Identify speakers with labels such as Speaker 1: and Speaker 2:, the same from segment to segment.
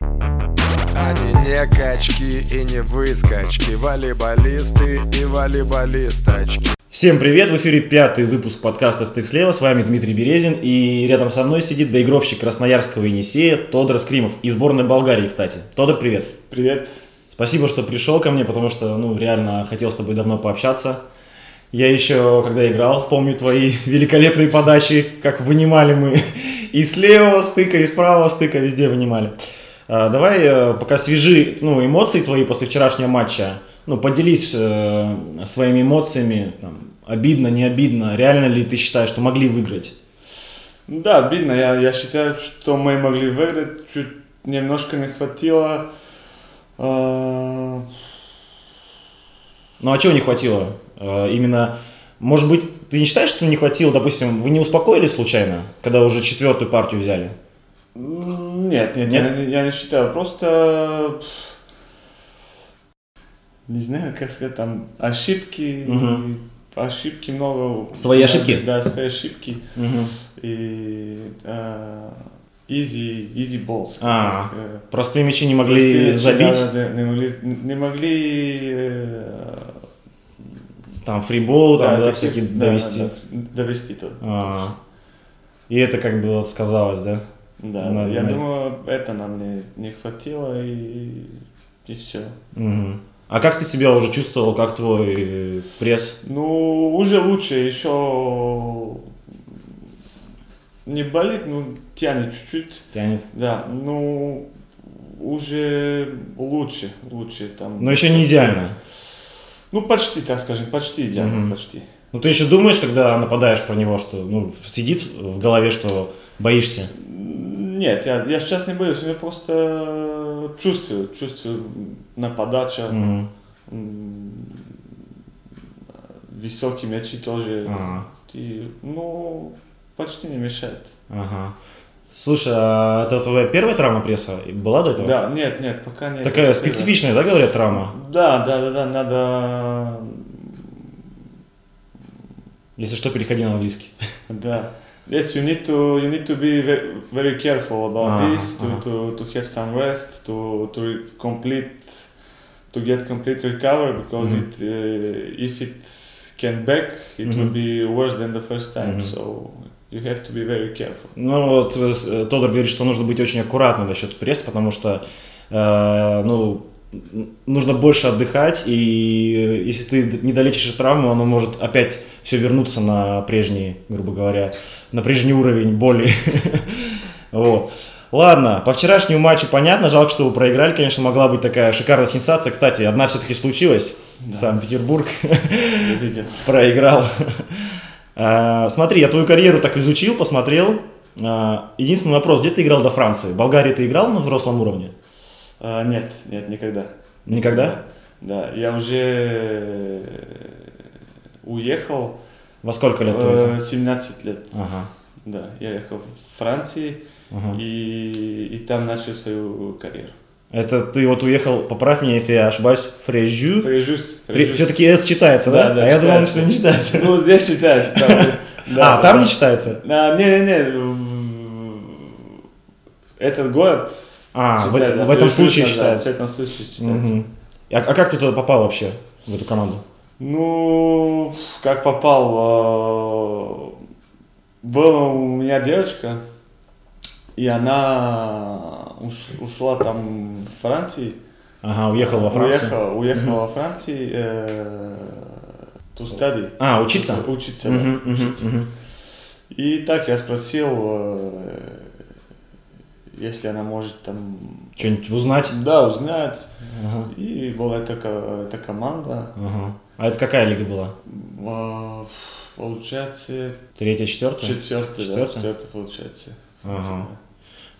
Speaker 1: Они не качки и не выскочки, волейболисты и волейболисточки.
Speaker 2: Всем привет, в эфире пятый выпуск подкаста «Стык слева», с вами Дмитрий Березин, и рядом со мной сидит доигровщик Красноярского Енисея Тодор Скримов, из сборной Болгарии, кстати. Тодор, привет.
Speaker 3: Привет.
Speaker 2: Спасибо, что пришел ко мне, потому что, ну, реально хотел с тобой давно пообщаться. Я еще, когда играл, помню твои великолепные подачи, как вынимали мы и слева стыка, и справа стыка, везде вынимали. А, Давай э, пока свежи ну, эмоции твои после вчерашнего матча. Ну, поделись э, своими эмоциями. Там, обидно, не обидно. Реально ли ты считаешь, что могли выиграть?
Speaker 3: Да, обидно. Я, я считаю, что мы могли выиграть. Чуть немножко не хватило. Э,
Speaker 2: Ну, а чего не хватило? Э, Именно, может быть, ты не считаешь, что не хватило, допустим, вы не успокоились случайно, когда уже четвертую партию взяли?
Speaker 3: Нет, нет,
Speaker 2: Нет?
Speaker 3: Я, не- я не считаю. Просто пф, не знаю, как сказать, там ошибки.
Speaker 2: Мгм.
Speaker 3: Ошибки много.
Speaker 2: Свои
Speaker 3: Да,
Speaker 2: ошибки?
Speaker 3: Да, свои ошибки. И э, easy, easy balls.
Speaker 2: А.
Speaker 3: как, э,
Speaker 2: Простые мячи не
Speaker 3: простые
Speaker 2: могли
Speaker 3: вещи,
Speaker 2: забить,
Speaker 3: да, да, не могли, не могли э,
Speaker 2: там фрибол, Ну там, да,
Speaker 3: таких,
Speaker 2: всякие
Speaker 3: да,
Speaker 2: довести.
Speaker 3: да, довести то.
Speaker 2: А. И это как бы вот сказалось, да?
Speaker 3: Да,
Speaker 2: Надо
Speaker 3: я
Speaker 2: знать.
Speaker 3: думаю, это нам не, не хватило и, и все.
Speaker 2: Мгм. А как ты себя уже чувствовал, как твой э, пресс?
Speaker 3: Ну, уже лучше, еще не болит, ну, тянет чуть-чуть.
Speaker 2: Тянет.
Speaker 3: Да, ну, уже лучше, лучше там.
Speaker 2: Но еще не идеально.
Speaker 3: Ну, почти, так скажем, почти идеально,
Speaker 2: Мгм.
Speaker 3: почти.
Speaker 2: Ну ты еще думаешь, когда нападаешь про него, что ну, сидит в голове, что боишься?
Speaker 3: Нет, я, я сейчас не боюсь, я просто чувствую, чувствую на подача.
Speaker 2: Мгм.
Speaker 3: М, Высокий мяч и тоже.
Speaker 2: А,
Speaker 3: И, ну, почти не мешает.
Speaker 2: ага. Слушай, а это твоя первая травма пресса была до этого?
Speaker 3: Да, нет, нет, пока не. е
Speaker 2: Такая специфичная, да, говорят, травма?
Speaker 3: Да, да, да, да, надо.
Speaker 2: Если что, переходи на английский.
Speaker 3: Да. Yes, you need to you need to be ve- very careful about
Speaker 2: Ага,
Speaker 3: this to,
Speaker 2: ага.
Speaker 3: to to have some rest to to re- complete to get complete recovery because
Speaker 2: Мгм.
Speaker 3: it uh, if it can back it
Speaker 2: Мгм.
Speaker 3: will be worse than the first time
Speaker 2: Мгм.
Speaker 3: so you have to be very careful.
Speaker 2: Ну вот э, с- э, Тодор говорит, что нужно быть очень аккуратным насчет пресс, потому что э, ну, н- нужно больше отдыхать, и э, если ты д- не долечишь травму, оно может опять все вернуться на прежний, грубо говоря, на прежний уровень боли. Вот. Ладно, по вчерашнему матчу понятно, жалко, что вы проиграли, конечно, могла быть такая шикарная сенсация. Кстати, одна все-таки случилась,
Speaker 3: Да.
Speaker 2: Санкт-Петербург
Speaker 3: Я видел.
Speaker 2: проиграл. А, Смотри, я твою карьеру так изучил, посмотрел. А, Единственный вопрос, где ты играл до Франции? В Болгарии ты играл на взрослом уровне?
Speaker 3: А, нет, нет, никогда.
Speaker 2: Никогда?
Speaker 3: Да, я уже э, уехал
Speaker 2: Во сколько лет ты
Speaker 3: э,
Speaker 2: уехал?
Speaker 3: 17 лет.
Speaker 2: Ага,
Speaker 3: Да, я ехал в Франции
Speaker 2: ага.
Speaker 3: и, и там начал свою карьеру.
Speaker 2: Это ты вот уехал, поправь меня, если я ошибаюсь, Фрежю.
Speaker 3: Фрежус.
Speaker 2: Все-таки S читается, да? А я думал, что не читается.
Speaker 3: Ну, здесь читается. там, да,
Speaker 2: А, там
Speaker 3: да.
Speaker 2: не читается?
Speaker 3: Да, Не-не-не. в- Этот город
Speaker 2: А, в-
Speaker 3: считает, да,
Speaker 2: в этом
Speaker 3: Фрежус,
Speaker 2: случае
Speaker 3: да,
Speaker 2: считается.
Speaker 3: В этом случае считается.
Speaker 2: Мгм. А а как ты туда попал вообще, в эту команду?
Speaker 3: Ну, как попал. э, Была у меня девочка, и она уш- ушла там в Франции.
Speaker 2: Ага, уехал во Францию.
Speaker 3: Уехала, уехала во Франции э, to study.
Speaker 2: А, учиться?
Speaker 3: Учиться, да,
Speaker 2: Мгм, мгм,
Speaker 3: учиться.
Speaker 2: мгм.
Speaker 3: И так я спросил, э, если она может там...
Speaker 2: Что-нибудь узнать?
Speaker 3: Да, узнать.
Speaker 2: Ага.
Speaker 3: И была эта, ко- эта команда.
Speaker 2: Ага. А это какая лига была?
Speaker 3: Э, Получается,
Speaker 2: Третья, четвертая?
Speaker 3: Четвертый, да,
Speaker 2: Четвертый?
Speaker 3: четвертый получается. Типа.
Speaker 2: Ага.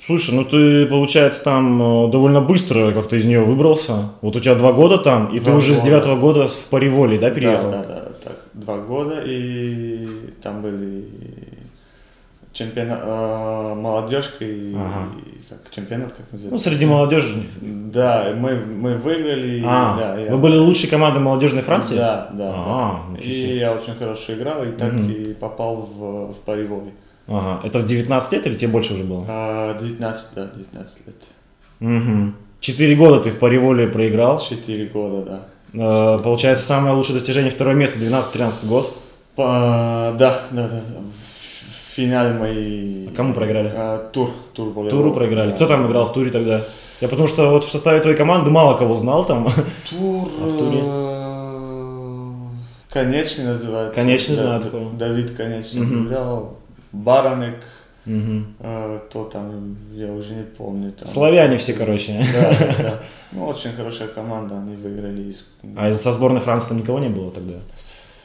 Speaker 2: Слушай, ну ты, получается, там э, довольно быстро как-то из нее выбрался. Вот у тебя два года там, и ты
Speaker 3: Два
Speaker 2: уже с
Speaker 3: года.
Speaker 2: девятого года в Париволе, да,
Speaker 3: Да,
Speaker 2: переехал?
Speaker 3: Да, да, так, два года, и там были чемпионат, э, молодежка и,
Speaker 2: Ага.
Speaker 3: и как чемпионат, как называется?
Speaker 2: Ну, среди молодежи.
Speaker 3: Да, и мы, мы выиграли. и-
Speaker 2: а,
Speaker 3: да, я-
Speaker 2: вы были лучшей командой молодежной Франции?
Speaker 3: Да, да. да.
Speaker 2: А, ничего
Speaker 3: И
Speaker 2: себе.
Speaker 3: я очень хорошо играл, и так
Speaker 2: Мгм.
Speaker 3: и попал в, в Пари-Воли.
Speaker 2: Ага. Это в 19 лет или тебе больше уже было?
Speaker 3: А, 19, да, 19 лет.
Speaker 2: Угу. Четыре года ты в паре проиграл.
Speaker 3: 4 года, да.
Speaker 2: Э, получается, самое лучшее достижение второе место 12-13 год.
Speaker 3: Па- да, да, да. да. В финале мои...
Speaker 2: А кому проиграли?
Speaker 3: А, тур, тур волейбол.
Speaker 2: Туру проиграли.
Speaker 3: Да.
Speaker 2: Кто там играл в туре тогда? Я потому что вот в составе твоей команды мало кого знал там.
Speaker 3: Тур...
Speaker 2: А в туре?
Speaker 3: э, Конечный называется.
Speaker 2: Конечный,
Speaker 3: Да,
Speaker 2: знаю
Speaker 3: Д-
Speaker 2: такого.
Speaker 3: Давид Конечный
Speaker 2: Мгм.
Speaker 3: играл. Баранек,
Speaker 2: Мгм.
Speaker 3: э, кто там, я уже не помню. Там.
Speaker 2: Славяне все, короче.
Speaker 3: Да, да, да. Ну, очень хорошая команда, они выиграли из...
Speaker 2: А из- со сборной Франции там никого не было тогда?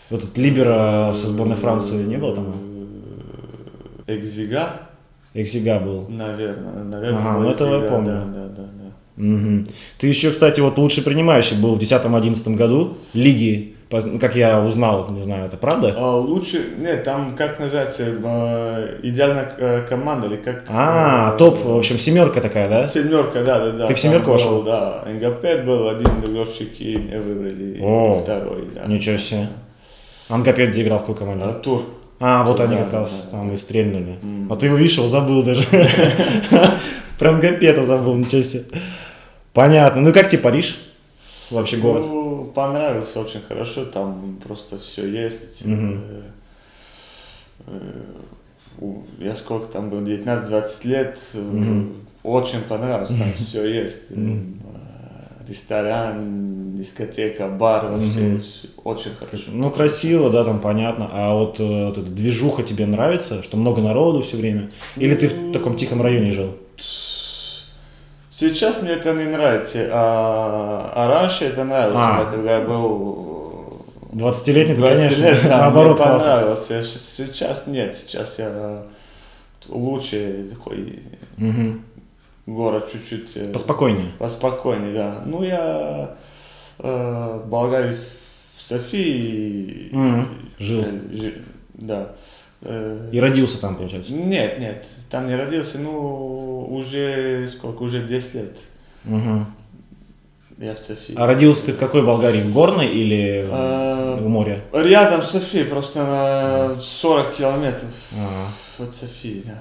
Speaker 2: Вот этот Либера со сборной А Франции не было там?
Speaker 3: Э, Экзига,
Speaker 2: Эксига был.
Speaker 3: наверное, наверное.
Speaker 2: Ага,
Speaker 3: был
Speaker 2: ну, этого я
Speaker 3: Экзига,
Speaker 2: помню.
Speaker 3: Да, да, да, да.
Speaker 2: Мгм. Ты еще, кстати, вот лучший принимающий был в 10-11 году лиги, по- ну, как я узнал, не знаю, это правда?
Speaker 3: А, лучше, нет, там как называется, э, идеальная э, команда или как?
Speaker 2: А,
Speaker 3: э,
Speaker 2: топ, в общем, семерка такая, да?
Speaker 3: Семерка, да, да, да.
Speaker 2: Ты в
Speaker 3: Там
Speaker 2: семерку
Speaker 3: был,
Speaker 2: вошел?
Speaker 3: Да, НГ5 был один дублевщик, и меня выбрали
Speaker 2: О,
Speaker 3: второй, да.
Speaker 2: Ничего себе. Ангапед где играл в какой команде?
Speaker 3: А, тур.
Speaker 2: А, вот
Speaker 3: Да,
Speaker 2: они
Speaker 3: да,
Speaker 2: как раз
Speaker 3: да.
Speaker 2: там и стрельнули.
Speaker 3: М.
Speaker 2: А ты его видишь, его забыл даже. Прям Гапета забыл, ничего себе. Понятно. Ну и как тебе Париж? Вообще город.
Speaker 3: Ну, понравился очень хорошо, там просто все есть.
Speaker 2: Мгм.
Speaker 3: Э, э, у- Я сколько там был, 19-20 лет, э,
Speaker 2: Мгм.
Speaker 3: очень понравилось, там все есть. Э,
Speaker 2: Мгм.
Speaker 3: э, Ресторан, дискотека, бар, вообще
Speaker 2: Мгм.
Speaker 3: всё очень хорошо.
Speaker 2: Ну, красиво, да, там понятно. А вот э, вот эта движуха тебе нравится, что много народу все время? Или ты в таком тихом районе жил?
Speaker 3: Сейчас мне это не нравится, а, а раньше это нравилось,
Speaker 2: А.
Speaker 3: да, когда я был
Speaker 2: 20-летний, ты,
Speaker 3: 20
Speaker 2: конечно,
Speaker 3: лет, да,
Speaker 2: наоборот,
Speaker 3: мне
Speaker 2: классно.
Speaker 3: понравилось. Я щ- Сейчас нет, сейчас я э, лучше такой
Speaker 2: Мгм.
Speaker 3: город чуть-чуть э,
Speaker 2: Поспокойнее.
Speaker 3: поспокойнее, да. Ну я э, в Болгарии в Софии
Speaker 2: Мгм. Ну, Жил.
Speaker 3: э, жи- да. Э,
Speaker 2: И родился там, получается.
Speaker 3: Нет, нет, там не родился, ну уже сколько, уже 10 лет
Speaker 2: Мгм.
Speaker 3: я в Софии.
Speaker 2: А родился ты в какой Болгарии? В горной или
Speaker 3: Э,
Speaker 2: в- у моря?
Speaker 3: Рядом с Софией, просто на 40 километров
Speaker 2: А.
Speaker 3: от Софии, да.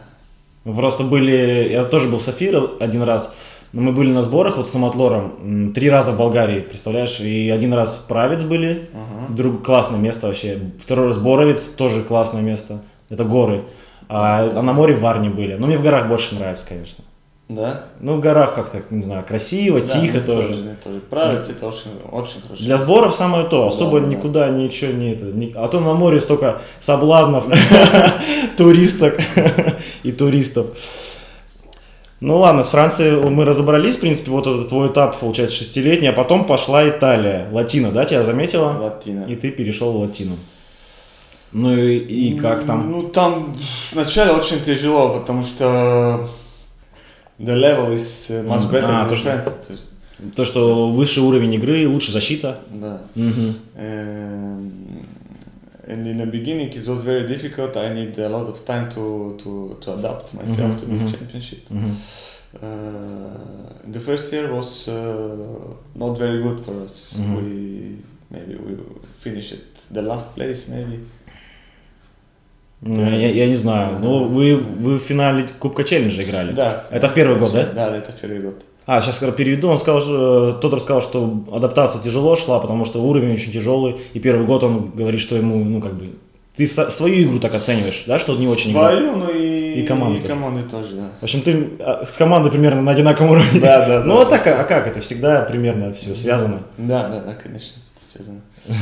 Speaker 2: Мы просто были, я тоже был в Софии раз- один раз, но мы были на сборах вот с самотлором м, три раза в Болгарии, представляешь, и один раз в Правец были,
Speaker 3: Ага.
Speaker 2: друг, классное место вообще, второй раз Боровец, тоже классное место, это горы, а, а на море в Варне были, но мне в горах больше нравится, конечно.
Speaker 3: Да?
Speaker 2: Ну, в горах как-то, не знаю, красиво,
Speaker 3: Да,
Speaker 2: тихо
Speaker 3: мне
Speaker 2: тоже.
Speaker 3: мне тоже. Правится, это очень, очень хорошо.
Speaker 2: Для сборов самое то, особо
Speaker 3: Да, да.
Speaker 2: никуда ничего не это. ни- А то на море столько соблазнов, туристок и туристов. Ну ладно, с Францией мы разобрались, в принципе, вот этот твой этап, получается, шестилетний, а потом пошла Италия, Латина, да, тебя заметила?
Speaker 3: Латина.
Speaker 2: И ты перешел в Латину. Ну и, и как там?
Speaker 3: Ну, там вначале очень тяжело, потому что the level is э, much
Speaker 2: Мгм.
Speaker 3: better
Speaker 2: А,
Speaker 3: than
Speaker 2: то, что-
Speaker 3: France. То есть,
Speaker 2: То, что выше уровень игры, лучше защита.
Speaker 3: да.
Speaker 2: Мгм.
Speaker 3: Um, and in the beginning it was very difficult. I need a lot of time to, to, to adapt myself
Speaker 2: Mhm,
Speaker 3: to this
Speaker 2: mhm.
Speaker 3: championship.
Speaker 2: Мгм.
Speaker 3: Uh, the first year was uh, not very good for us.
Speaker 2: Mhm.
Speaker 3: We maybe we finished at the last place, maybe.
Speaker 2: Ну, Я, я не знаю. Ну, вы, вы в финале Кубка Челленджа играли.
Speaker 3: Да.
Speaker 2: Это в первый год, да?
Speaker 3: Да, это в первый год.
Speaker 2: А, сейчас переведу. Он сказал, что, э, Тодор сказал, что адаптация тяжело шла, потому что уровень очень тяжелый. И первый год он говорит, что ему, ну, как бы, ты со- свою игру так оцениваешь, да, что не очень играл.
Speaker 3: Свою, ну и,
Speaker 2: И команду тоже.
Speaker 3: команды тоже, да.
Speaker 2: В общем, ты а, с командой примерно на одинаковом уровне.
Speaker 3: Да, да,
Speaker 2: Ну,
Speaker 3: да.
Speaker 2: а так, а как? Это всегда примерно все связано.
Speaker 3: Да, да, да, конечно, это связано.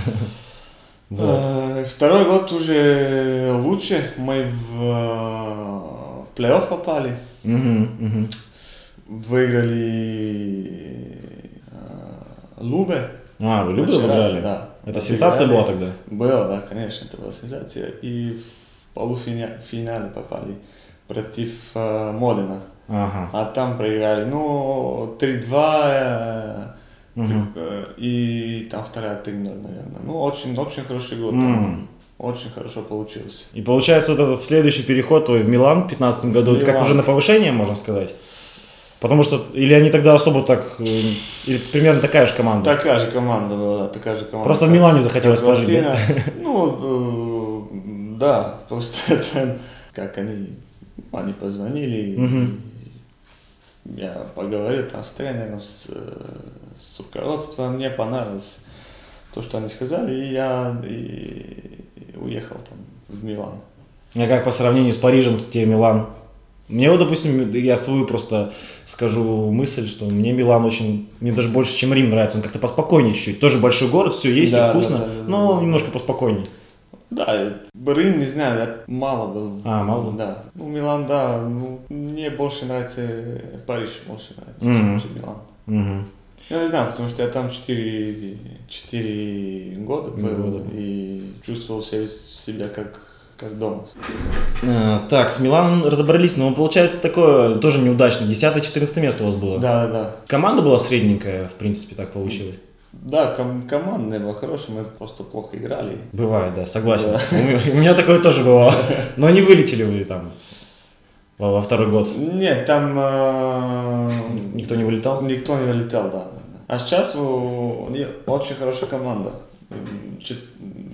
Speaker 2: Вот.
Speaker 3: Э, Второй год уже лучше. Мы в э, плей-офф попали.
Speaker 2: Мгм, мгм.
Speaker 3: Выиграли э, Лубе.
Speaker 2: А, вы Любе
Speaker 3: Мачерата,
Speaker 2: играли?
Speaker 3: Да.
Speaker 2: Это сенсация была
Speaker 3: Отыграли.
Speaker 2: тогда?
Speaker 3: Была, да, конечно, это была сенсация. И в полуфинале попали против э, Модена.
Speaker 2: Ага.
Speaker 3: А там проиграли, ну, 3-2, э,
Speaker 2: Мгм.
Speaker 3: э, и там вторая 3-0, наверное. Ну, очень, очень хороший год.
Speaker 2: М.
Speaker 3: Очень хорошо получилось.
Speaker 2: И получается вот этот следующий переход твой в Милан в 15 году, это как
Speaker 3: Милан.
Speaker 2: уже на повышение, можно сказать? Потому что, или они тогда особо так, э, или примерно такая же команда.
Speaker 3: Такая же команда была, такая же команда.
Speaker 2: Просто в
Speaker 3: как-
Speaker 2: Милане захотелось
Speaker 3: как
Speaker 2: пожить, да?
Speaker 3: Латина. Ну, э, да, просто это как они, они позвонили,
Speaker 2: Мгм.
Speaker 3: и я поговорил там с тренером, с, э, с руководством, мне понравилось то, что они сказали, и я и уехал там в Милан.
Speaker 2: А как по сравнению с Парижем, тебе Милан? Мне вот, допустим, я свою просто скажу мысль, что мне Милан очень, мне даже больше, чем Рим нравится, он как-то поспокойнее чуть, тоже большой город, все есть
Speaker 3: Да,
Speaker 2: и вкусно,
Speaker 3: да, да, да,
Speaker 2: но
Speaker 3: да.
Speaker 2: немножко поспокойнее.
Speaker 3: Да, э, Рим, не знаю, я мало был.
Speaker 2: А, мало был?
Speaker 3: Да. Ну, Милан, да. Ну, мне больше нравится э, Париж, больше нравится,
Speaker 2: Мгм.
Speaker 3: чем Милан.
Speaker 2: Мгм.
Speaker 3: Я не знаю, потому что я там 4, четыре года был
Speaker 2: Года.
Speaker 3: и чувствовал се- себя как, как дома.
Speaker 2: А, так, с Миланом разобрались, но получается такое тоже неудачно, 10-14 место у вас было.
Speaker 3: Да, да, да.
Speaker 2: Команда была средненькая, в принципе, так получилось.
Speaker 3: Да, ком- команда была хорошая, мы просто плохо играли.
Speaker 2: Бывает, да, согласен. У меня- У меня такое тоже бывало. Но не вылетели вы там во во второй год.
Speaker 3: Нет, там э,
Speaker 2: Никто не вылетал?
Speaker 3: никто не вылетал, да. да, да. А сейчас у, у них очень хорошая команда. М, чет-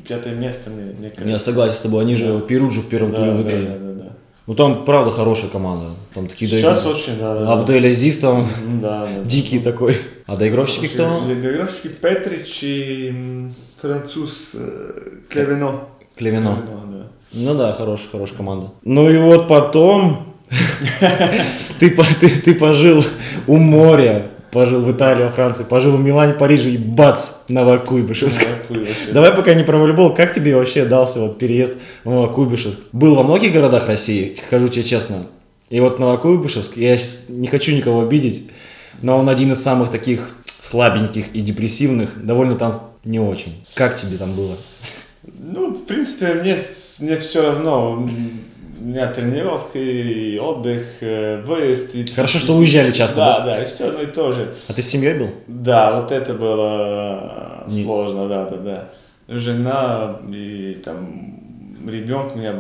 Speaker 3: Пятое место мне, мне
Speaker 2: Я
Speaker 3: кажется.
Speaker 2: согласен с тобой, они же Перуджу в первом
Speaker 3: Да,
Speaker 2: туре
Speaker 3: да,
Speaker 2: выиграли.
Speaker 3: да, да, да.
Speaker 2: Ну там правда хорошая команда. Там такие
Speaker 3: Сейчас
Speaker 2: доигры-
Speaker 3: очень, да. да, да.
Speaker 2: Абдель Азиз там
Speaker 3: М, Да, да.
Speaker 2: А дикий такой. А доигровщики кто?
Speaker 3: Доигровщики Петрич и м, француз э, Клевено.
Speaker 2: Клевино.
Speaker 3: Клевено,
Speaker 2: Ну да, хорошая, хорошая команда. Ну и вот потом ты, по- ты, ты пожил у моря, пожил в Италии, во Франции, пожил в Милане, Париже и бац,
Speaker 3: да.
Speaker 2: Новокуйбышевск.
Speaker 3: Такой вообще.
Speaker 2: Давай пока не про волейбол, как тебе вообще дался вот переезд в Новокуйбышевск? Был во многих городах России, скажу тебе честно. И вот Новокуйбышевск, я сейчас не хочу никого обидеть, но он один из самых таких слабеньких и депрессивных, довольно там не очень. Как тебе там было?
Speaker 3: Ну, в принципе, мне, мне все равно. М, У меня тренировка и отдых, э, выезд. И,
Speaker 2: Хорошо,
Speaker 3: и-
Speaker 2: что уезжали часто,
Speaker 3: Да,
Speaker 2: да?
Speaker 3: да, и все одно и то же.
Speaker 2: А ты с семьей был?
Speaker 3: Да, вот это было э,
Speaker 2: Не-
Speaker 3: сложно, да, да, да. Жена и там ребенок у меня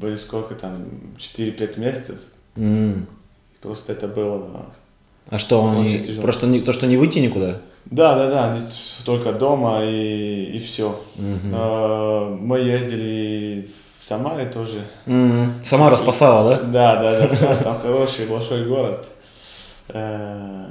Speaker 3: были сколько там, 4-5 месяцев.
Speaker 2: М.
Speaker 3: Просто это было...
Speaker 2: А что,
Speaker 3: Вообще
Speaker 2: они-
Speaker 3: тяжело.
Speaker 2: просто не- то, что не выйти никуда?
Speaker 3: Да, да, да, они только дома и, и все.
Speaker 2: Мгм.
Speaker 3: Мы ездили в Самаре тоже.
Speaker 2: М. Самара спасала, М-м, да?
Speaker 3: Да, да, да, Самара, там хороший большой город. Э,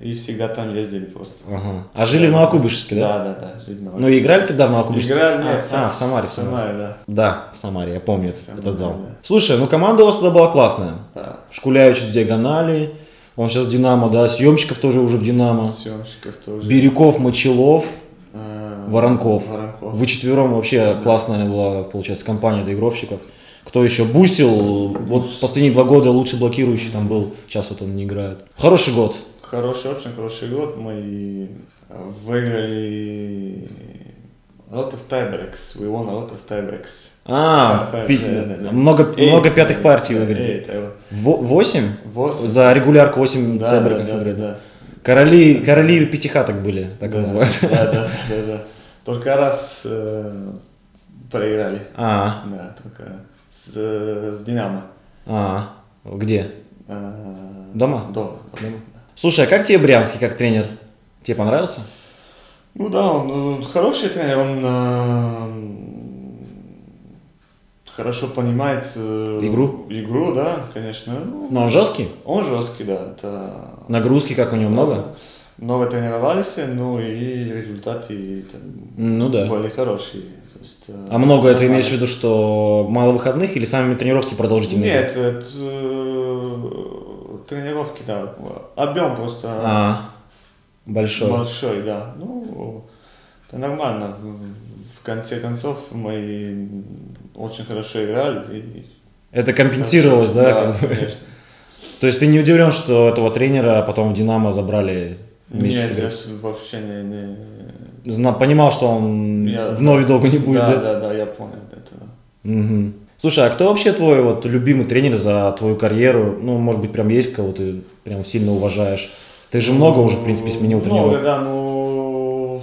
Speaker 3: И всегда там ездили просто.
Speaker 2: Ага. А жили в Новокуйбышевске, да?
Speaker 3: Да, да, да. жили в
Speaker 2: Ну и играли тогда в Новокуйбышевске?
Speaker 3: Играли,
Speaker 2: А,
Speaker 3: нет,
Speaker 2: а, в Самаре.
Speaker 3: В Самаре, да.
Speaker 2: Да, в Самаре, я помню
Speaker 3: Самаре,
Speaker 2: этот зал.
Speaker 3: да.
Speaker 2: Слушай, ну команда у вас тогда была классная.
Speaker 3: да.
Speaker 2: Шкуляевич в диагонали, он сейчас в Динамо, да, Съемщиков тоже уже в Динамо.
Speaker 3: Съемщиков тоже.
Speaker 2: Бирюков, Мочелов,
Speaker 3: Э,
Speaker 2: Воронков.
Speaker 3: Воронков.
Speaker 2: Вы четвером вообще классная была, получается, компания доигровщиков. Кто еще? Бусил, вот последние два года лучший блокирующий там был, сейчас вот он не играет. Хороший год.
Speaker 3: Хороший, очень хороший год. Мы э, выиграли a lot of tiebreaks. We won a lot of tiebreaks.
Speaker 2: А,
Speaker 3: Five,
Speaker 2: пи-
Speaker 3: да, да, да.
Speaker 2: много,
Speaker 3: Eight,
Speaker 2: много пятых
Speaker 3: да,
Speaker 2: партий
Speaker 3: да,
Speaker 2: выиграли.
Speaker 3: eight, э,
Speaker 2: Во- Восемь?
Speaker 3: Восемь.
Speaker 2: За регулярку 8
Speaker 3: Да, да, да, да, да.
Speaker 2: Короли, короли пятихаток были, так
Speaker 3: Да,
Speaker 2: называют.
Speaker 3: Да, да, да, да. Только раз э, проиграли.
Speaker 2: А,
Speaker 3: Да, только с, э, с Динамо.
Speaker 2: а, где?
Speaker 3: Э,
Speaker 2: Дома?
Speaker 3: Дома.
Speaker 2: Дома. Слушай, а как тебе Брянский как тренер? Тебе понравился?
Speaker 3: Ну да, он э, хороший тренер, он э, хорошо понимает э,
Speaker 2: Игру?
Speaker 3: Игру, да, конечно. Ну,
Speaker 2: Но он жесткий?
Speaker 3: Он жесткий, да. Это...
Speaker 2: Нагрузки как у него много?
Speaker 3: Много тренировались, ну и результаты там,
Speaker 2: М, Ну да.
Speaker 3: были хорошие. То есть, э,
Speaker 2: А много это
Speaker 3: нормально.
Speaker 2: имеешь в виду, что мало выходных или сами тренировки продолжительные?
Speaker 3: Нет, это, э, тренировки, да. Объем просто
Speaker 2: А, большой.
Speaker 3: большой, да. Ну, это нормально. В, в конце концов, мы очень хорошо играли. И...
Speaker 2: Это компенсировалось, да? как бы?
Speaker 3: конечно.
Speaker 2: То есть ты не удивлен, что этого тренера потом в Динамо забрали вместе с
Speaker 3: Нет, я
Speaker 2: игрой?
Speaker 3: с- вообще не... не-
Speaker 2: Зна- Понимал, что он
Speaker 3: Я-
Speaker 2: вновь долго не будет,
Speaker 3: да,
Speaker 2: да?
Speaker 3: да, да, я понял это. да.
Speaker 2: Мгм. Слушай, а кто вообще твой вот любимый тренер за твою карьеру? Ну, может быть, прям есть кого ты прям сильно уважаешь? Ты же много уже, в принципе, сменил
Speaker 3: Много,
Speaker 2: тренировок.
Speaker 3: да, ну...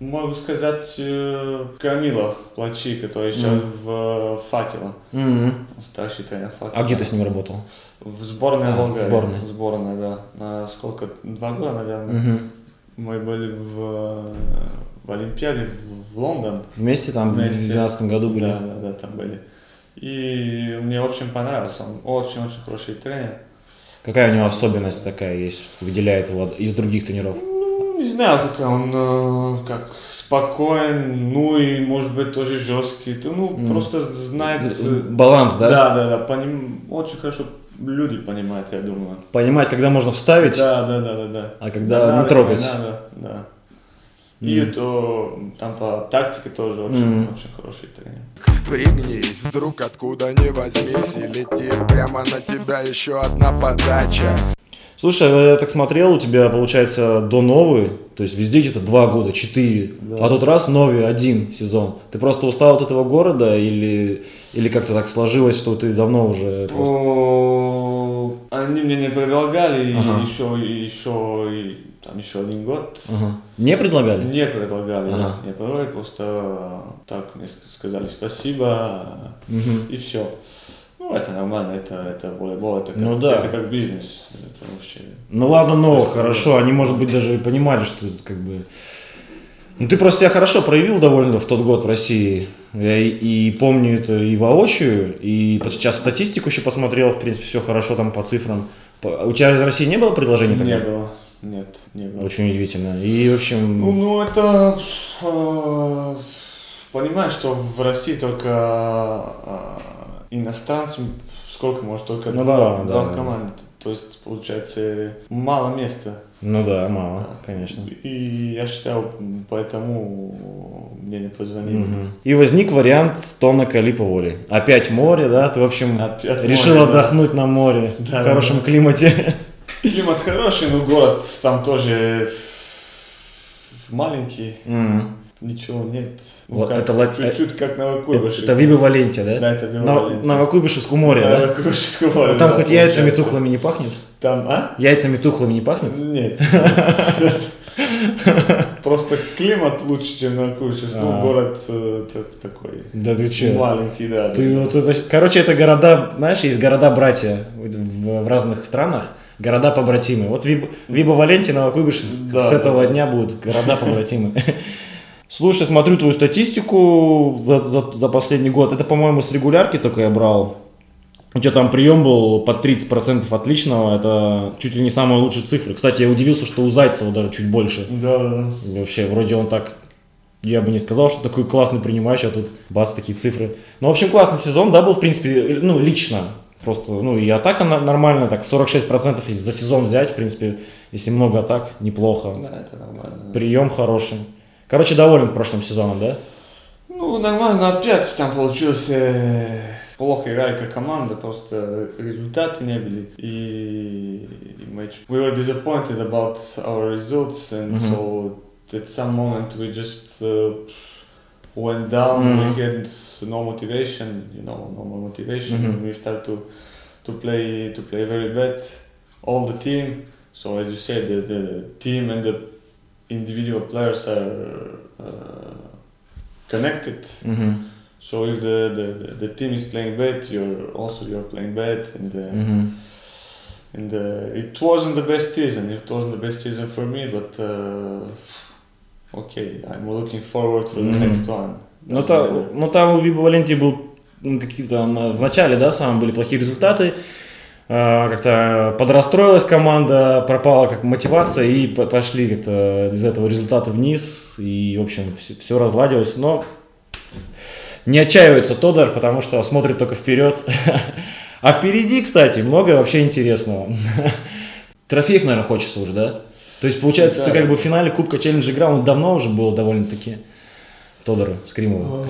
Speaker 3: Могу сказать э, Камила Плачи, который сейчас в э, «Факела»,
Speaker 2: Мгм.
Speaker 3: старший тренер «Факела».
Speaker 2: А где ты с ним работал?
Speaker 3: В сборной
Speaker 2: А, в
Speaker 3: Болгарии.
Speaker 2: сборной.
Speaker 3: В сборной, да. На сколько? Два года, наверное.
Speaker 2: Мгм.
Speaker 3: Мы были в, э, в Олимпиаде в, в Лондон.
Speaker 2: Вместе там в
Speaker 3: Вместе.
Speaker 2: 2012 году были?
Speaker 3: Да, да, да, там были. И мне очень понравился, он очень-очень хороший тренер.
Speaker 2: Какая у него особенность такая есть, что выделяет его из других тренировок?
Speaker 3: Ну, не знаю, как он э, как спокоен, ну и может быть тоже жесткий. Ты, ну,
Speaker 2: Мгм.
Speaker 3: просто знает. э,
Speaker 2: З- з- Баланс, да?
Speaker 3: Да, да, да. поним- Очень хорошо люди понимают, я думаю.
Speaker 2: Понимать, когда можно вставить,
Speaker 3: Да, да, да, да, да.
Speaker 2: а когда не трогать.
Speaker 3: Не надо, да. И то там по тактике тоже очень,
Speaker 2: Мгм.
Speaker 3: очень хороший тренер.
Speaker 1: Пригнись, вдруг откуда ни возьмись И летит прямо на тебя еще одна подача
Speaker 2: Слушай, а я так смотрел, у тебя получается до новой, то есть везде где-то два года, четыре,
Speaker 3: Да.
Speaker 2: а тут раз новый один сезон. Ты просто устал от этого города или, или как-то так сложилось, что ты давно уже просто...
Speaker 3: О, Они мне не предлагали и
Speaker 2: Ага.
Speaker 3: еще, и еще, и там еще один год.
Speaker 2: Ага. Не предлагали?
Speaker 3: Не предлагали,
Speaker 2: Ага.
Speaker 3: да, не предлагали, просто так мне ск- сказали спасибо
Speaker 2: Мгм.
Speaker 3: и все. Ну, это нормально, это, это волейбол, это как,
Speaker 2: Ну да.
Speaker 3: это как бизнес, это вообще.
Speaker 2: Ну ладно, но
Speaker 3: Просто-
Speaker 2: хорошо, они, может быть, даже и понимали, что это как бы... Ну ты просто себя хорошо проявил довольно в тот год в России. Я и, и помню это и воочию, и по- сейчас статистику еще посмотрел, в принципе, все хорошо там по цифрам. По- У тебя из России не было предложений?
Speaker 3: Не
Speaker 2: тогда?
Speaker 3: было, нет, не было.
Speaker 2: Очень удивительно. И, в
Speaker 3: Ну,
Speaker 2: общем,
Speaker 3: ну это э, понимаешь, что в России только э, иностранцам сколько может только
Speaker 2: Ну
Speaker 3: два,
Speaker 2: да,
Speaker 3: два
Speaker 2: да,
Speaker 3: в
Speaker 2: да.
Speaker 3: команде. То есть получается мало места.
Speaker 2: ну да, мало, конечно.
Speaker 3: И я считаю, поэтому мне не позвонили.
Speaker 2: Мгм. И возник вариант Тона Кали по воле. Опять море, да? Ты, в общем,
Speaker 3: Опять
Speaker 2: решил
Speaker 3: море, да.
Speaker 2: отдохнуть на море
Speaker 3: Да,
Speaker 2: в хорошем климате.
Speaker 3: Климат хороший, но город там тоже маленький,
Speaker 2: Мгм.
Speaker 3: ничего нет. Ну,
Speaker 2: Вот
Speaker 3: как-
Speaker 2: это лат-
Speaker 3: чуть-чуть как Новокуйбышев.
Speaker 2: Это Виби Валенте, да?
Speaker 3: Да, это Виба
Speaker 2: На-
Speaker 3: Валентия.
Speaker 2: На Новокуйбышевском море,
Speaker 3: Да,
Speaker 2: да?
Speaker 3: Новокуйбышевское море,
Speaker 2: А Там
Speaker 3: да,
Speaker 2: хоть яйцами
Speaker 3: получается.
Speaker 2: тухлыми не пахнет?
Speaker 3: Там, а?
Speaker 2: Яйцами тухлыми не пахнет?
Speaker 3: Нет. Просто климат лучше, чем на Куйбышевском.
Speaker 2: А.
Speaker 3: Город э, т- т- такой
Speaker 2: Да ты че?
Speaker 3: маленький, да. да.
Speaker 2: Ты вот это- Короче, это города, знаешь, есть города-братья вот в в разных странах. Города побратимы. Вот Виб- Виба Валенти, Новокуйбышев
Speaker 3: Да,
Speaker 2: с
Speaker 3: да,
Speaker 2: этого
Speaker 3: да.
Speaker 2: дня будут города побратимы. Слушай, смотрю твою статистику за, за- за последний год. Это, по-моему, с регулярки только я брал. У тебя там прием был под 30% отличного. Это чуть ли не самые лучшие цифры. Кстати, я удивился, что у Зайцева даже чуть больше.
Speaker 3: Да, да. да.
Speaker 2: И Вообще, вроде он так, я бы не сказал, что такой классный принимающий, а тут бац, такие цифры. Ну, в общем, классный сезон, да, был, в принципе, ну, лично. Просто, ну, и атака на- нормальная, так, 46% если за сезон взять, в принципе, если много атак, неплохо.
Speaker 3: Да, это нормально.
Speaker 2: Прием хороший. Короче, доволен прошлым сезоном, да?
Speaker 3: Ну, нормально, опять там получилось э, плохо играли как команда, просто результаты не были. И и мы чуть- we were disappointed about our results, and
Speaker 2: Мгм.
Speaker 3: so at some moment we just uh, went down,
Speaker 2: Мгм.
Speaker 3: we had no motivation, you know, no more motivation,
Speaker 2: Мгм.
Speaker 3: and we started to, to play to play very bad, all the team. So as you said, the, the team and the individual players are uh, connected.
Speaker 2: Мгм,
Speaker 3: So if the, the, the, the team is playing bad, you're also you're playing bad, and uh,
Speaker 2: мгм.
Speaker 3: and uh, it wasn't the best season. It wasn't the best season for me, but uh, okay, I'm looking forward for the
Speaker 2: Мгм.
Speaker 3: next one.
Speaker 2: Ну,
Speaker 3: Doesn't
Speaker 2: та-
Speaker 3: matter.
Speaker 2: ну, там у Виба Валентии был ну, какие-то на- в начале, да, самые были плохие результаты. А, Как-то подрастроилась команда, пропала как мотивация и по- пошли как-то из этого результата вниз. И, в общем, все, разладилось. Но не отчаивается Тодор, потому что смотрит только вперед. А впереди, кстати, много вообще интересного. Трофеев, наверное, хочется уже, да? То есть, получается, ты
Speaker 3: Да.
Speaker 2: как бы в финале Кубка Челленджа играл, но давно уже было довольно-таки Тодору, Скримову.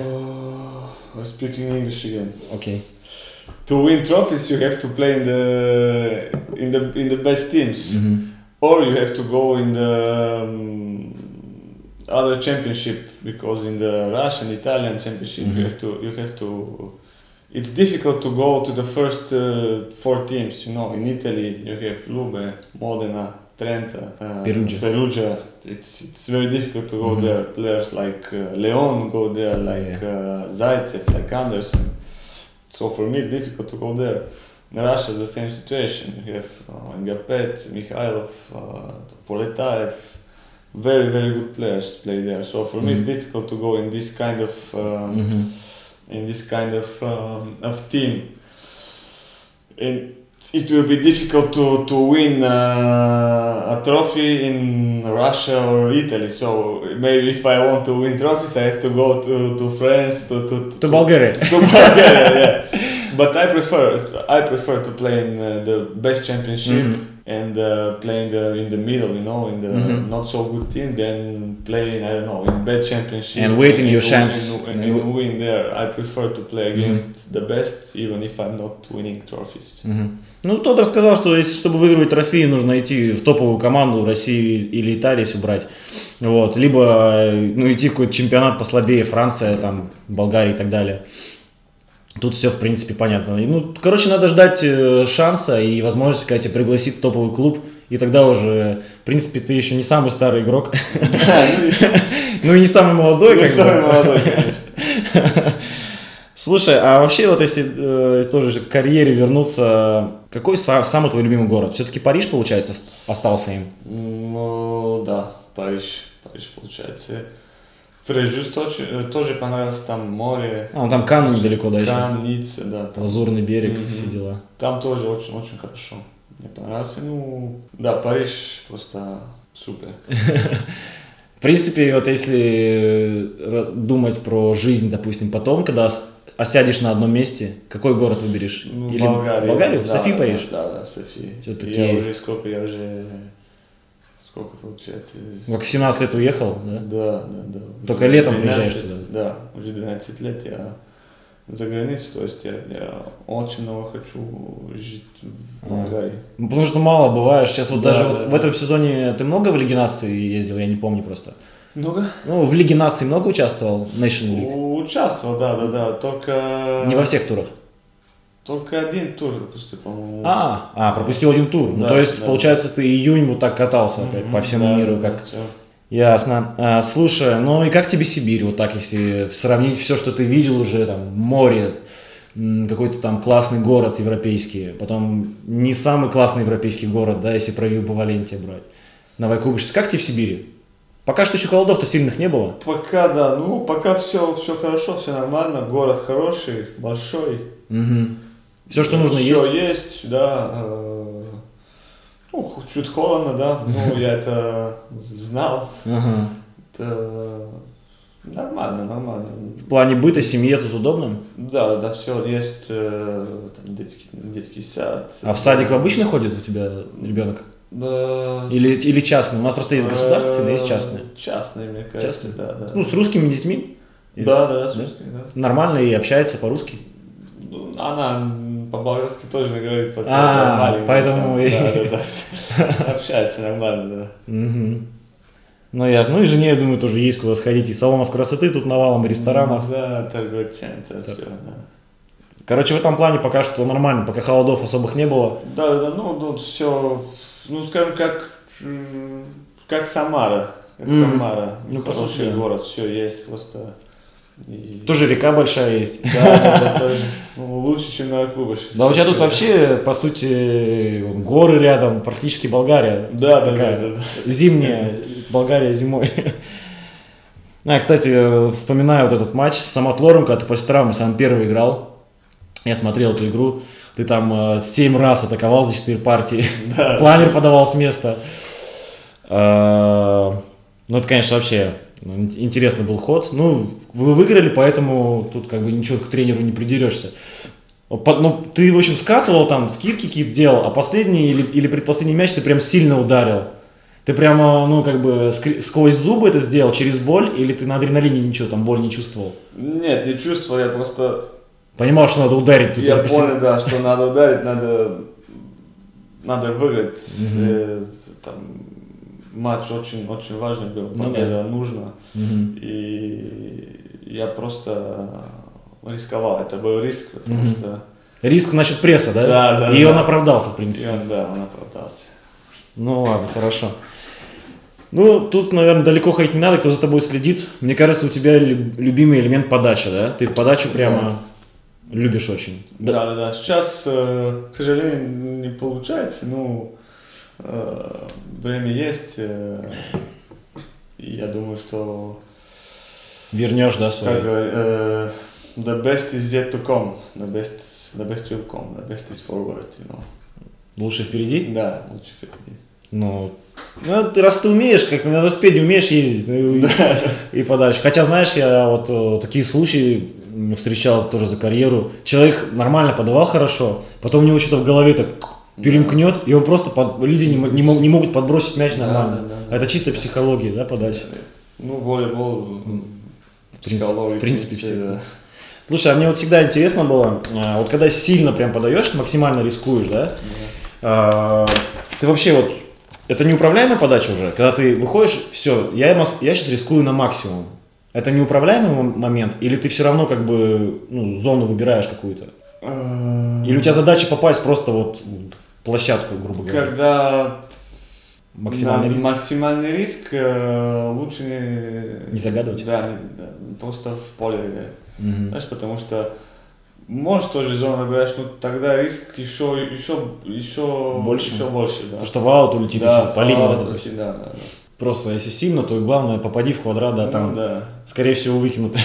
Speaker 3: Uh, speaking English again.
Speaker 2: Окей.
Speaker 3: To win trophies, you have to play in the in the in the best teams, or you have to go in the um, other championship because in the Russian Italian championship you
Speaker 2: Mhm.
Speaker 3: have to you have to. It's difficult to go to the first uh, four teams. You know, in Italy you have Lube, Modena, Trenta, uh,
Speaker 2: Perugia.
Speaker 3: Perugia. It's it's very difficult to go
Speaker 2: Mhm.
Speaker 3: there. Players like uh, Leon go there, like uh, Zaitsev, like Anderson. So for me, it's difficult to go there. In Russia, the same situation. You have uh, Ngapet, Mikhailov, uh, Poletaev, very, very good players play there. So for me, it's
Speaker 2: Mhm.
Speaker 3: difficult to go in this kind of um,
Speaker 2: Мгм.
Speaker 3: in this kind of um, of team. And it will be difficult to to win uh, a trophy in Russia or Italy. So maybe if I want to win trophies, I have to go to, to France to to,
Speaker 2: To Bulgaria.
Speaker 3: To Bulgaria, yeah. But I prefer I prefer to play in uh, the best championship
Speaker 2: Mhm.
Speaker 3: and uh, play in the in the middle, you know, in the
Speaker 2: Mhm.
Speaker 3: not so good team, then play in I don't know in bad championship
Speaker 2: And waiting your
Speaker 3: win-
Speaker 2: chance. Mm-hmm.
Speaker 3: and,
Speaker 2: And
Speaker 3: and
Speaker 2: w-
Speaker 3: win there. I prefer to play against the best, even if I'm not winning trophies.
Speaker 2: Мгм. Ну, кто-то сказал, что если, чтобы выигрывать трофеи, нужно идти в топовую команду России или Италии, если брать. Вот. Либо э, ну, идти в какой-то чемпионат послабее, Франция, там, Болгария и так далее. Тут все, в принципе, понятно. И, Ну, короче, надо ждать э, шанса и возможности, когда тебя пригласит топовый клуб. И тогда уже, в принципе, ты еще не самый старый игрок. Mm-hmm. Ну и не самый молодой.
Speaker 3: Не
Speaker 2: как бы.
Speaker 3: самый молодой, конечно.
Speaker 2: Слушай, а вообще вот если э, тоже же к карьере вернуться, какой са- самый твой любимый город? Все-таки Париж, получается, ост- остался им?
Speaker 3: Ну да, Париж, Париж получается. Фрежус тоже, тоже понравился, там море,
Speaker 2: А, ну там Канны недалеко дальше.
Speaker 3: Кан, Ницца, да, там,
Speaker 2: Лазурный берег,
Speaker 3: Мгм.
Speaker 2: все дела.
Speaker 3: там тоже очень-очень хорошо. Мне понравился, ну да, Париж просто супер.
Speaker 2: В принципе, вот если э, ра- думать про жизнь, допустим, потом, когда с- осядешь на одном месте, какой город выберешь?
Speaker 3: Ну,
Speaker 2: Или Болгарию? В
Speaker 3: да,
Speaker 2: Софи
Speaker 3: да,
Speaker 2: поешь?
Speaker 3: Да, да, Софи.
Speaker 2: Всё-таки-
Speaker 3: Я уже сколько, я уже... Сколько получается?
Speaker 2: Ну, Как 17 лет уехал, да?
Speaker 3: Да, да, да.
Speaker 2: Только
Speaker 3: Уже
Speaker 2: летом приезжаешь
Speaker 3: Да, уже 12 лет я за границу, то есть я, я очень много хочу жить в
Speaker 2: А.
Speaker 3: Болгарии.
Speaker 2: Ну, Потому что мало бываешь. Сейчас вот
Speaker 3: Да,
Speaker 2: даже
Speaker 3: да,
Speaker 2: вот
Speaker 3: да.
Speaker 2: в этом сезоне ты много в Лиге Нации ездил? Я не помню просто.
Speaker 3: Много?
Speaker 2: Ну, в Лиге Нации много участвовал? Nation League?
Speaker 3: Участвовал, да, да, да, только...
Speaker 2: Не во всех турах.
Speaker 3: Только один тур допустим, по-моему.
Speaker 2: А, а, пропустил один тур. ну,
Speaker 3: Да,
Speaker 2: то есть,
Speaker 3: да.
Speaker 2: получается, ты июнь вот так катался опять
Speaker 3: Мгм,
Speaker 2: по всему
Speaker 3: да,
Speaker 2: миру.
Speaker 3: да,
Speaker 2: как...
Speaker 3: всё.
Speaker 2: Ясно. А, слушай, ну и как тебе Сибирь? Вот так, если сравнить все, что ты видел уже, там, море, м, какой-то там классный город европейский, потом не самый классный европейский город, да, если про Валенте брать. Новокубышевск. Как тебе в Сибири? Пока что еще холодов-то сильных не было.
Speaker 3: Пока, да, ну, пока все, все хорошо, все нормально, город хороший, большой,
Speaker 2: Все, что нужно,
Speaker 3: Всё
Speaker 2: есть.
Speaker 3: есть, да. э, Ну, ху- чуть холодно, да. Ну, я это знал.
Speaker 2: Ага.
Speaker 3: Это нормально, нормально.
Speaker 2: В плане быта, семье тут удобно.
Speaker 3: Да, да, все есть. э, Там детский, детский сад.
Speaker 2: А в садик в обычный ходит у тебя ребенок?
Speaker 3: Да.
Speaker 2: Или, или частный? У нас просто есть государственные, есть частные.
Speaker 3: Э, Частные, мне кажется.
Speaker 2: Частные?
Speaker 3: Да, да.
Speaker 2: Ну, с русскими детьми
Speaker 3: да, да, да, с
Speaker 2: да?
Speaker 3: русскими, да.
Speaker 2: нормально и общается по-русски.
Speaker 3: Ну, Она м, по-болгарски тоже не говорит, потому
Speaker 2: А,
Speaker 3: что маленькая,
Speaker 2: поэтому и-
Speaker 3: там, Да, да, да. Общается нормально, да.
Speaker 2: Мгм. Ну, ясно. Ну, и жене, я думаю, тоже есть куда сходить. И салонов красоты тут навалом, и ресторанов.
Speaker 3: Да, торговый центр, все, да.
Speaker 2: Короче, в этом плане пока что нормально, пока холодов особых не было.
Speaker 3: Да, да, ну, тут все, ну, скажем, как, м, как Самара, как
Speaker 2: Мгм.
Speaker 3: Самара,
Speaker 2: Ну, по
Speaker 3: хороший
Speaker 2: сути, да.
Speaker 3: город, все есть просто. И-
Speaker 2: Тоже река большая есть.
Speaker 3: Да, да, да, тоже, ну, лучше, чем на Кубаше.
Speaker 2: Да у тебя тут вообще, по сути, вон, горы рядом, практически Болгария.
Speaker 3: Да, да, да,
Speaker 2: Такая
Speaker 3: да, да.
Speaker 2: Зимняя Болгария зимой. А, кстати, э, вспоминаю вот этот матч с Самотлором, когда ты после травмы сам первый играл. Я смотрел эту игру. Ты там 7 раз атаковал за 4 партии.
Speaker 3: Да.
Speaker 2: Планер подавал с места. Э, Ну, это, конечно, вообще ну, ин- интересный был ход. Ну, вы выиграли, поэтому тут как бы ничего к тренеру не придерешься. По- Ну, ты, в общем, скатывал там, скидки какие-то делал, а последний или, или предпоследний мяч ты прям сильно ударил. Ты прямо, ну, как бы скри- сквозь зубы это сделал, через боль, или ты на адреналине ничего там, боль не чувствовал?
Speaker 3: Нет, не чувствовал, я просто
Speaker 2: Понимал, что надо ударить. тут
Speaker 3: я
Speaker 2: написано-
Speaker 3: понял, да, что надо ударить, надо, надо выиграть. Э, там, матч очень, очень важный был,
Speaker 2: Ну да.
Speaker 3: победа нужна.
Speaker 2: Мгм.
Speaker 3: И я просто рисковал, это был риск, потому
Speaker 2: Мгм.
Speaker 3: что
Speaker 2: Риск насчет пресса, да?
Speaker 3: Да, да,
Speaker 2: И
Speaker 3: да.
Speaker 2: он оправдался, в принципе.
Speaker 3: и он, да, он оправдался.
Speaker 2: Ну ладно, хорошо. Ну, тут, наверное, далеко ходить не надо, кто за тобой следит. Мне кажется, у тебя лю- любимый элемент подача, да? Ты подачу прямо любишь очень.
Speaker 3: Да, да, да. Сейчас, э, к сожалению, не получается, но э, время есть. э, и я думаю, что
Speaker 2: Вернешь, да,
Speaker 3: Как
Speaker 2: свои?
Speaker 3: говори- э, the best is yet to come. The best, the best will come. The best is forward, you know.
Speaker 2: Лучше впереди?
Speaker 3: Да, лучше впереди.
Speaker 2: Ну, ну, ты, раз ты умеешь, как на велосипеде умеешь ездить, ну, и- и подальше. Хотя, знаешь, я вот э, такие случаи м, встречал тоже за карьеру. Человек нормально подавал хорошо, потом у него что-то в голове так перемкнет, и он просто под- люди не, мо- не мог- не могут подбросить мяч
Speaker 3: Да,
Speaker 2: нормально.
Speaker 3: да, да.
Speaker 2: Это чисто психология, да, подача.
Speaker 3: Ну, волейбол,
Speaker 2: В принципе-
Speaker 3: психология,
Speaker 2: в принципе, все.
Speaker 3: да.
Speaker 2: Слушай, а мне вот всегда интересно было, а, вот когда сильно прям подаешь, максимально рискуешь, да? а, Ты вообще вот, это неуправляемая подача уже? Когда ты выходишь, все, я, мас- я сейчас рискую на максимум. Это неуправляемый мом- момент? Или ты все равно как бы ну, зону выбираешь какую-то?
Speaker 3: Э,
Speaker 2: Или у тебя задача попасть просто вот в площадку, грубо говоря?
Speaker 3: Когда
Speaker 2: Максимальный
Speaker 3: да,
Speaker 2: риск?
Speaker 3: максимальный риск, э, лучше не...
Speaker 2: Не загадывать.
Speaker 3: Да, не- да, просто в поле играть.
Speaker 2: Мгм.
Speaker 3: Знаешь, потому что можешь тоже зону выбираешь, но тогда риск еще, еще, еще
Speaker 2: Больше.
Speaker 3: Еще больше, да.
Speaker 2: Потому что в аут улетит, если по линии
Speaker 3: фаул,
Speaker 2: надо
Speaker 3: если- да, да, да.
Speaker 2: Просто если сильно, то главное попади в квадрат, да,
Speaker 3: Ну,
Speaker 2: там
Speaker 3: да.
Speaker 2: Скорее всего, выкинут.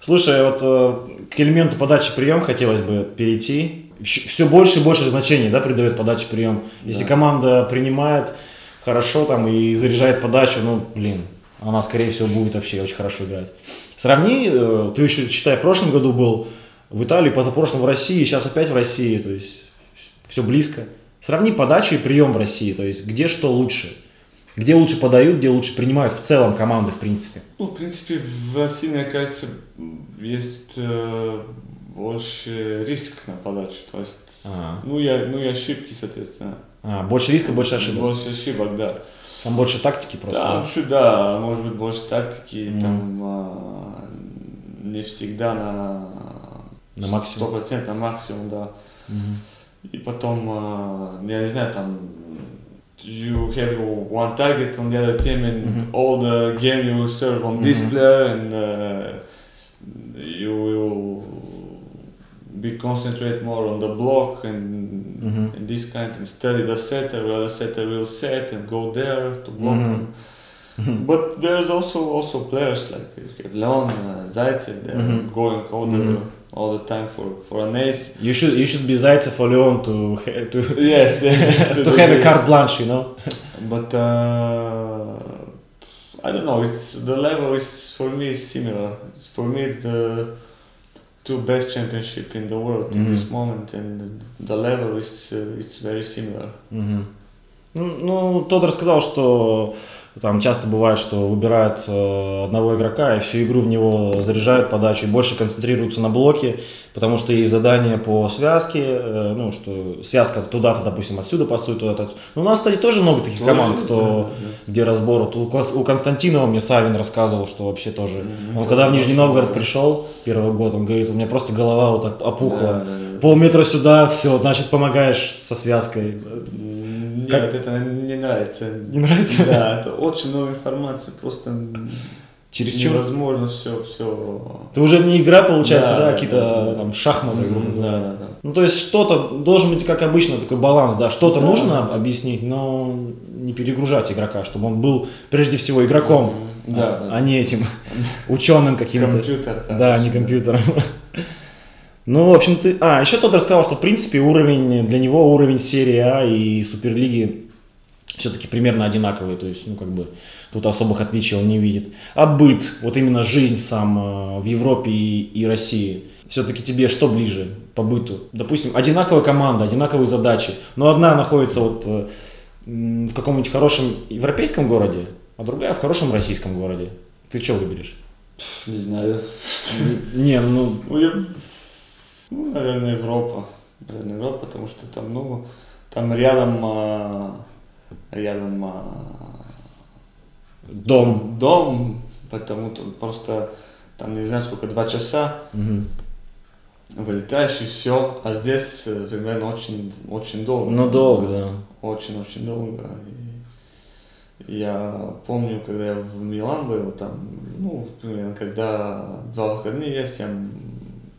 Speaker 2: Слушай, вот э, к элементу подачи прием хотелось бы перейти. Все больше и больше значений да, придает подаче прием. Если
Speaker 3: Да.
Speaker 2: команда принимает хорошо там и заряжает подачу, ну, блин, она, скорее всего, будет вообще очень хорошо играть. Сравни, э, ты еще, считай, в прошлом году был в Италии, позапрошлом в России, сейчас опять в России, то есть все близко. Сравни подачу и прием в России, то есть где что лучше. Где лучше подают, где лучше принимают в целом команды, в принципе.
Speaker 3: Ну, в принципе, в России, мне кажется, м, есть э, больше риск на подачу. То есть,
Speaker 2: А,
Speaker 3: ну, я, ну и ошибки, соответственно.
Speaker 2: больше риска, больше ошибок.
Speaker 3: Больше ошибок, да.
Speaker 2: Там больше тактики просто.
Speaker 3: Там еще, ну, да, может быть, больше тактики,
Speaker 2: Мгм.
Speaker 3: там а, не всегда на
Speaker 2: На максимум.
Speaker 3: 100% на максимум, да.
Speaker 2: Мгм.
Speaker 3: И потом, а, я не знаю, там you have one target on the other team and
Speaker 2: Мгм.
Speaker 3: all the game you serve on this
Speaker 2: Мгм.
Speaker 3: player and uh, you will be concentrate more on the block and,
Speaker 2: Мгм.
Speaker 3: and this kind and study the setter, the other setter will set and go there to block
Speaker 2: Мгм.
Speaker 3: them. But there's also also players like you have Leon, uh, Zaitsev, they're
Speaker 2: Мгм.
Speaker 3: going all the,
Speaker 2: Мгм.
Speaker 3: all the time for, for an ace.
Speaker 2: You should, you should be Зайцев or Leon to, ha- to,
Speaker 3: Yes, yes
Speaker 2: to
Speaker 3: do
Speaker 2: have a
Speaker 3: this.
Speaker 2: carte blanche, you know?
Speaker 3: But uh, I don't know. It's the level is for me is similar. It's, for me, it's the two best championship in the world in this
Speaker 2: Mhm.
Speaker 3: moment, and the level is uh, it's very similar.
Speaker 2: Мгм. Ну, ну, Тодор сказал, что там часто бывает, что выбирают э, одного игрока и всю игру в него заряжают подачу и больше концентрируются на блоке, потому что есть задание по связке, э, ну, что связка туда-то, допустим, отсюда пасует, туда-то. Ну, у нас, кстати, тоже много таких команд, кто, где разбор. Вот у, Клас- у Константинова мне Савин рассказывал, что вообще тоже.
Speaker 3: Мгм.
Speaker 2: Он когда в Нижний
Speaker 3: Очень
Speaker 2: Новгород
Speaker 3: много.
Speaker 2: пришел первый год, он говорит, у меня просто голова вот так опухла.
Speaker 3: Да, да, да.
Speaker 2: Полметра сюда, все, значит, помогаешь со связкой.
Speaker 3: М, Нет,
Speaker 2: Как-
Speaker 3: это не нравится.
Speaker 2: Не нравится?
Speaker 3: Да, это очень много информации, просто
Speaker 2: Через чур.
Speaker 3: невозможно все, все.
Speaker 2: Это уже не игра, получается, да,
Speaker 3: Да, да,
Speaker 2: какие-то
Speaker 3: да, да.
Speaker 2: там шахматы, грубо говоря.
Speaker 3: Да, да, да.
Speaker 2: Ну, то есть что-то должен быть, как обычно, такой баланс, да, что-то
Speaker 3: Да.
Speaker 2: нужно об- объяснить, но не перегружать игрока, чтобы он был прежде всего игроком,
Speaker 3: Да,
Speaker 2: а,
Speaker 3: да.
Speaker 2: а не этим ученым каким-то.
Speaker 3: Компьютер там.
Speaker 2: Да, не компьютером. Ну, в общем, ты... А, еще тот рассказал, что, в принципе, уровень для него, уровень серии А и Суперлиги все-таки примерно одинаковые. То есть, ну, как бы, тут особых отличий он не видит. А быт, вот именно жизнь сам э, в Европе и, и России, все-таки тебе что ближе по быту? Допустим, одинаковая команда, одинаковые задачи, но одна находится вот э, м, в каком-нибудь хорошем европейском городе, а другая в хорошем российском городе. Ты что выберешь?
Speaker 3: Не знаю.
Speaker 2: Не, ну,
Speaker 3: Ну, я- ну, наверное, Европа. Наверное, Европа, потому что там, ну, там рядом, а, рядом а,
Speaker 2: дом.
Speaker 3: дом, потому что просто там, не знаю, сколько, два часа
Speaker 2: Мгм.
Speaker 3: вылетаешь и все. А здесь э, примерно очень, очень долго.
Speaker 2: Ну, долго, да.
Speaker 3: Очень-очень долго. И я помню, когда я в Милан был, там, ну, примерно, когда два выходных есть, я м-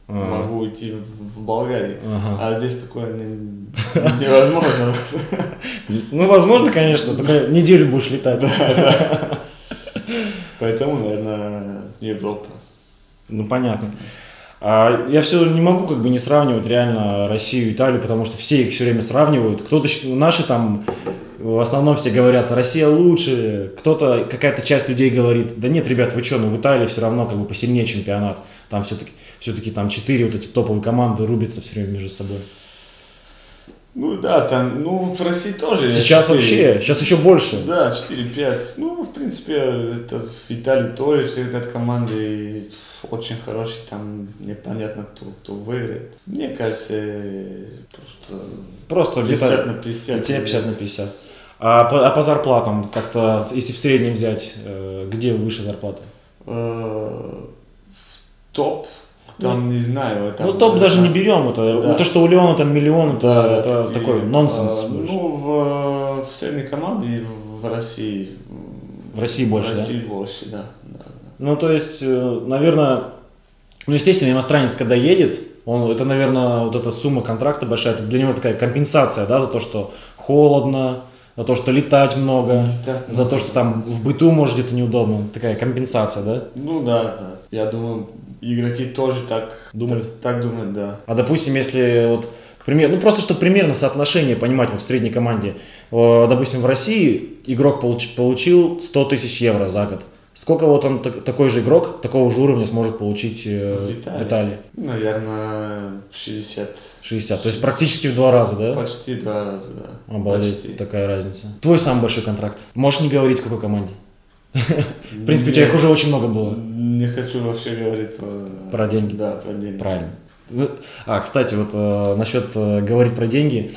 Speaker 2: Ага.
Speaker 3: могу идти в в Болгарию.
Speaker 2: Ага.
Speaker 3: А здесь такое не- невозможно.
Speaker 2: Ну, возможно, конечно, только неделю будешь летать.
Speaker 3: Поэтому, наверное, Европа.
Speaker 2: Ну, понятно. А я все не могу как бы не сравнивать реально Россию и Италию, потому что все их все время сравнивают. Кто-то щ- наши там в основном все говорят, Россия лучше, кто-то, какая-то часть людей говорит, да нет, ребят, вы что, ну в Италии все равно как бы посильнее чемпионат. Там все-таки, все-таки там четыре вот эти топовые команды рубятся все время между собой.
Speaker 3: Ну да, там, ну в России тоже. есть
Speaker 2: Сейчас
Speaker 3: такие.
Speaker 2: вообще, сейчас еще больше.
Speaker 3: Да, 4-5. Ну, в принципе, это в Италии тоже все ребят команды и очень хорошие, там непонятно, кто, кто выиграет. Мне кажется, э, просто
Speaker 2: Просто
Speaker 3: 50
Speaker 2: где-то
Speaker 3: на 50.
Speaker 2: для тебя 50 на 50. А по, а по зарплатам как-то, если в среднем взять, э, где выше зарплаты?
Speaker 3: Э, в топ, там не знаю. там-
Speaker 2: ну, топ даже не берем, это
Speaker 3: Да.
Speaker 2: то, что у Леона там миллион, это,
Speaker 3: Да,
Speaker 2: это
Speaker 3: такие,
Speaker 2: такой нонсенс.
Speaker 3: э,
Speaker 2: больше.
Speaker 3: ну, в, э, в средней команде и в России. м,
Speaker 2: В России больше,
Speaker 3: В
Speaker 2: да?
Speaker 3: России больше, да. да, да.
Speaker 2: Ну, то есть, э, наверное, ну, естественно, иностранец, когда едет, он, это, наверное, вот эта сумма контракта большая, это для него такая компенсация, да, за то, что холодно, за то, что летать много,
Speaker 3: Летать
Speaker 2: за то,
Speaker 3: много.
Speaker 2: что там в быту, может, где-то неудобно. Такая компенсация, да?
Speaker 3: Ну да, да. Я думаю, игроки тоже так
Speaker 2: Думают?
Speaker 3: Так, так думают, да.
Speaker 2: А допустим, если вот, к примеру, ну просто чтобы примерно соотношение понимать вот в средней команде, Э, допустим, в России игрок получ- получил 100 тысяч евро за год. Сколько вот он так- такой же игрок такого же уровня сможет получить э,
Speaker 3: В
Speaker 2: в
Speaker 3: Италии.
Speaker 2: Италии?
Speaker 3: Наверное, 60.
Speaker 2: 60. То есть практически в два раза, да?
Speaker 3: Почти два раза, да.
Speaker 2: Обалдеть,
Speaker 3: Почти.
Speaker 2: такая разница. Твой самый большой контракт. Можешь не говорить, в какой команде. В принципе, у тебя
Speaker 3: Нет,
Speaker 2: их уже очень много было.
Speaker 3: Ну, Не хочу вообще говорить про...
Speaker 2: Про деньги.
Speaker 3: Да, про деньги.
Speaker 2: Правильно. Ну, А, кстати, вот э, насчет э, говорить про деньги.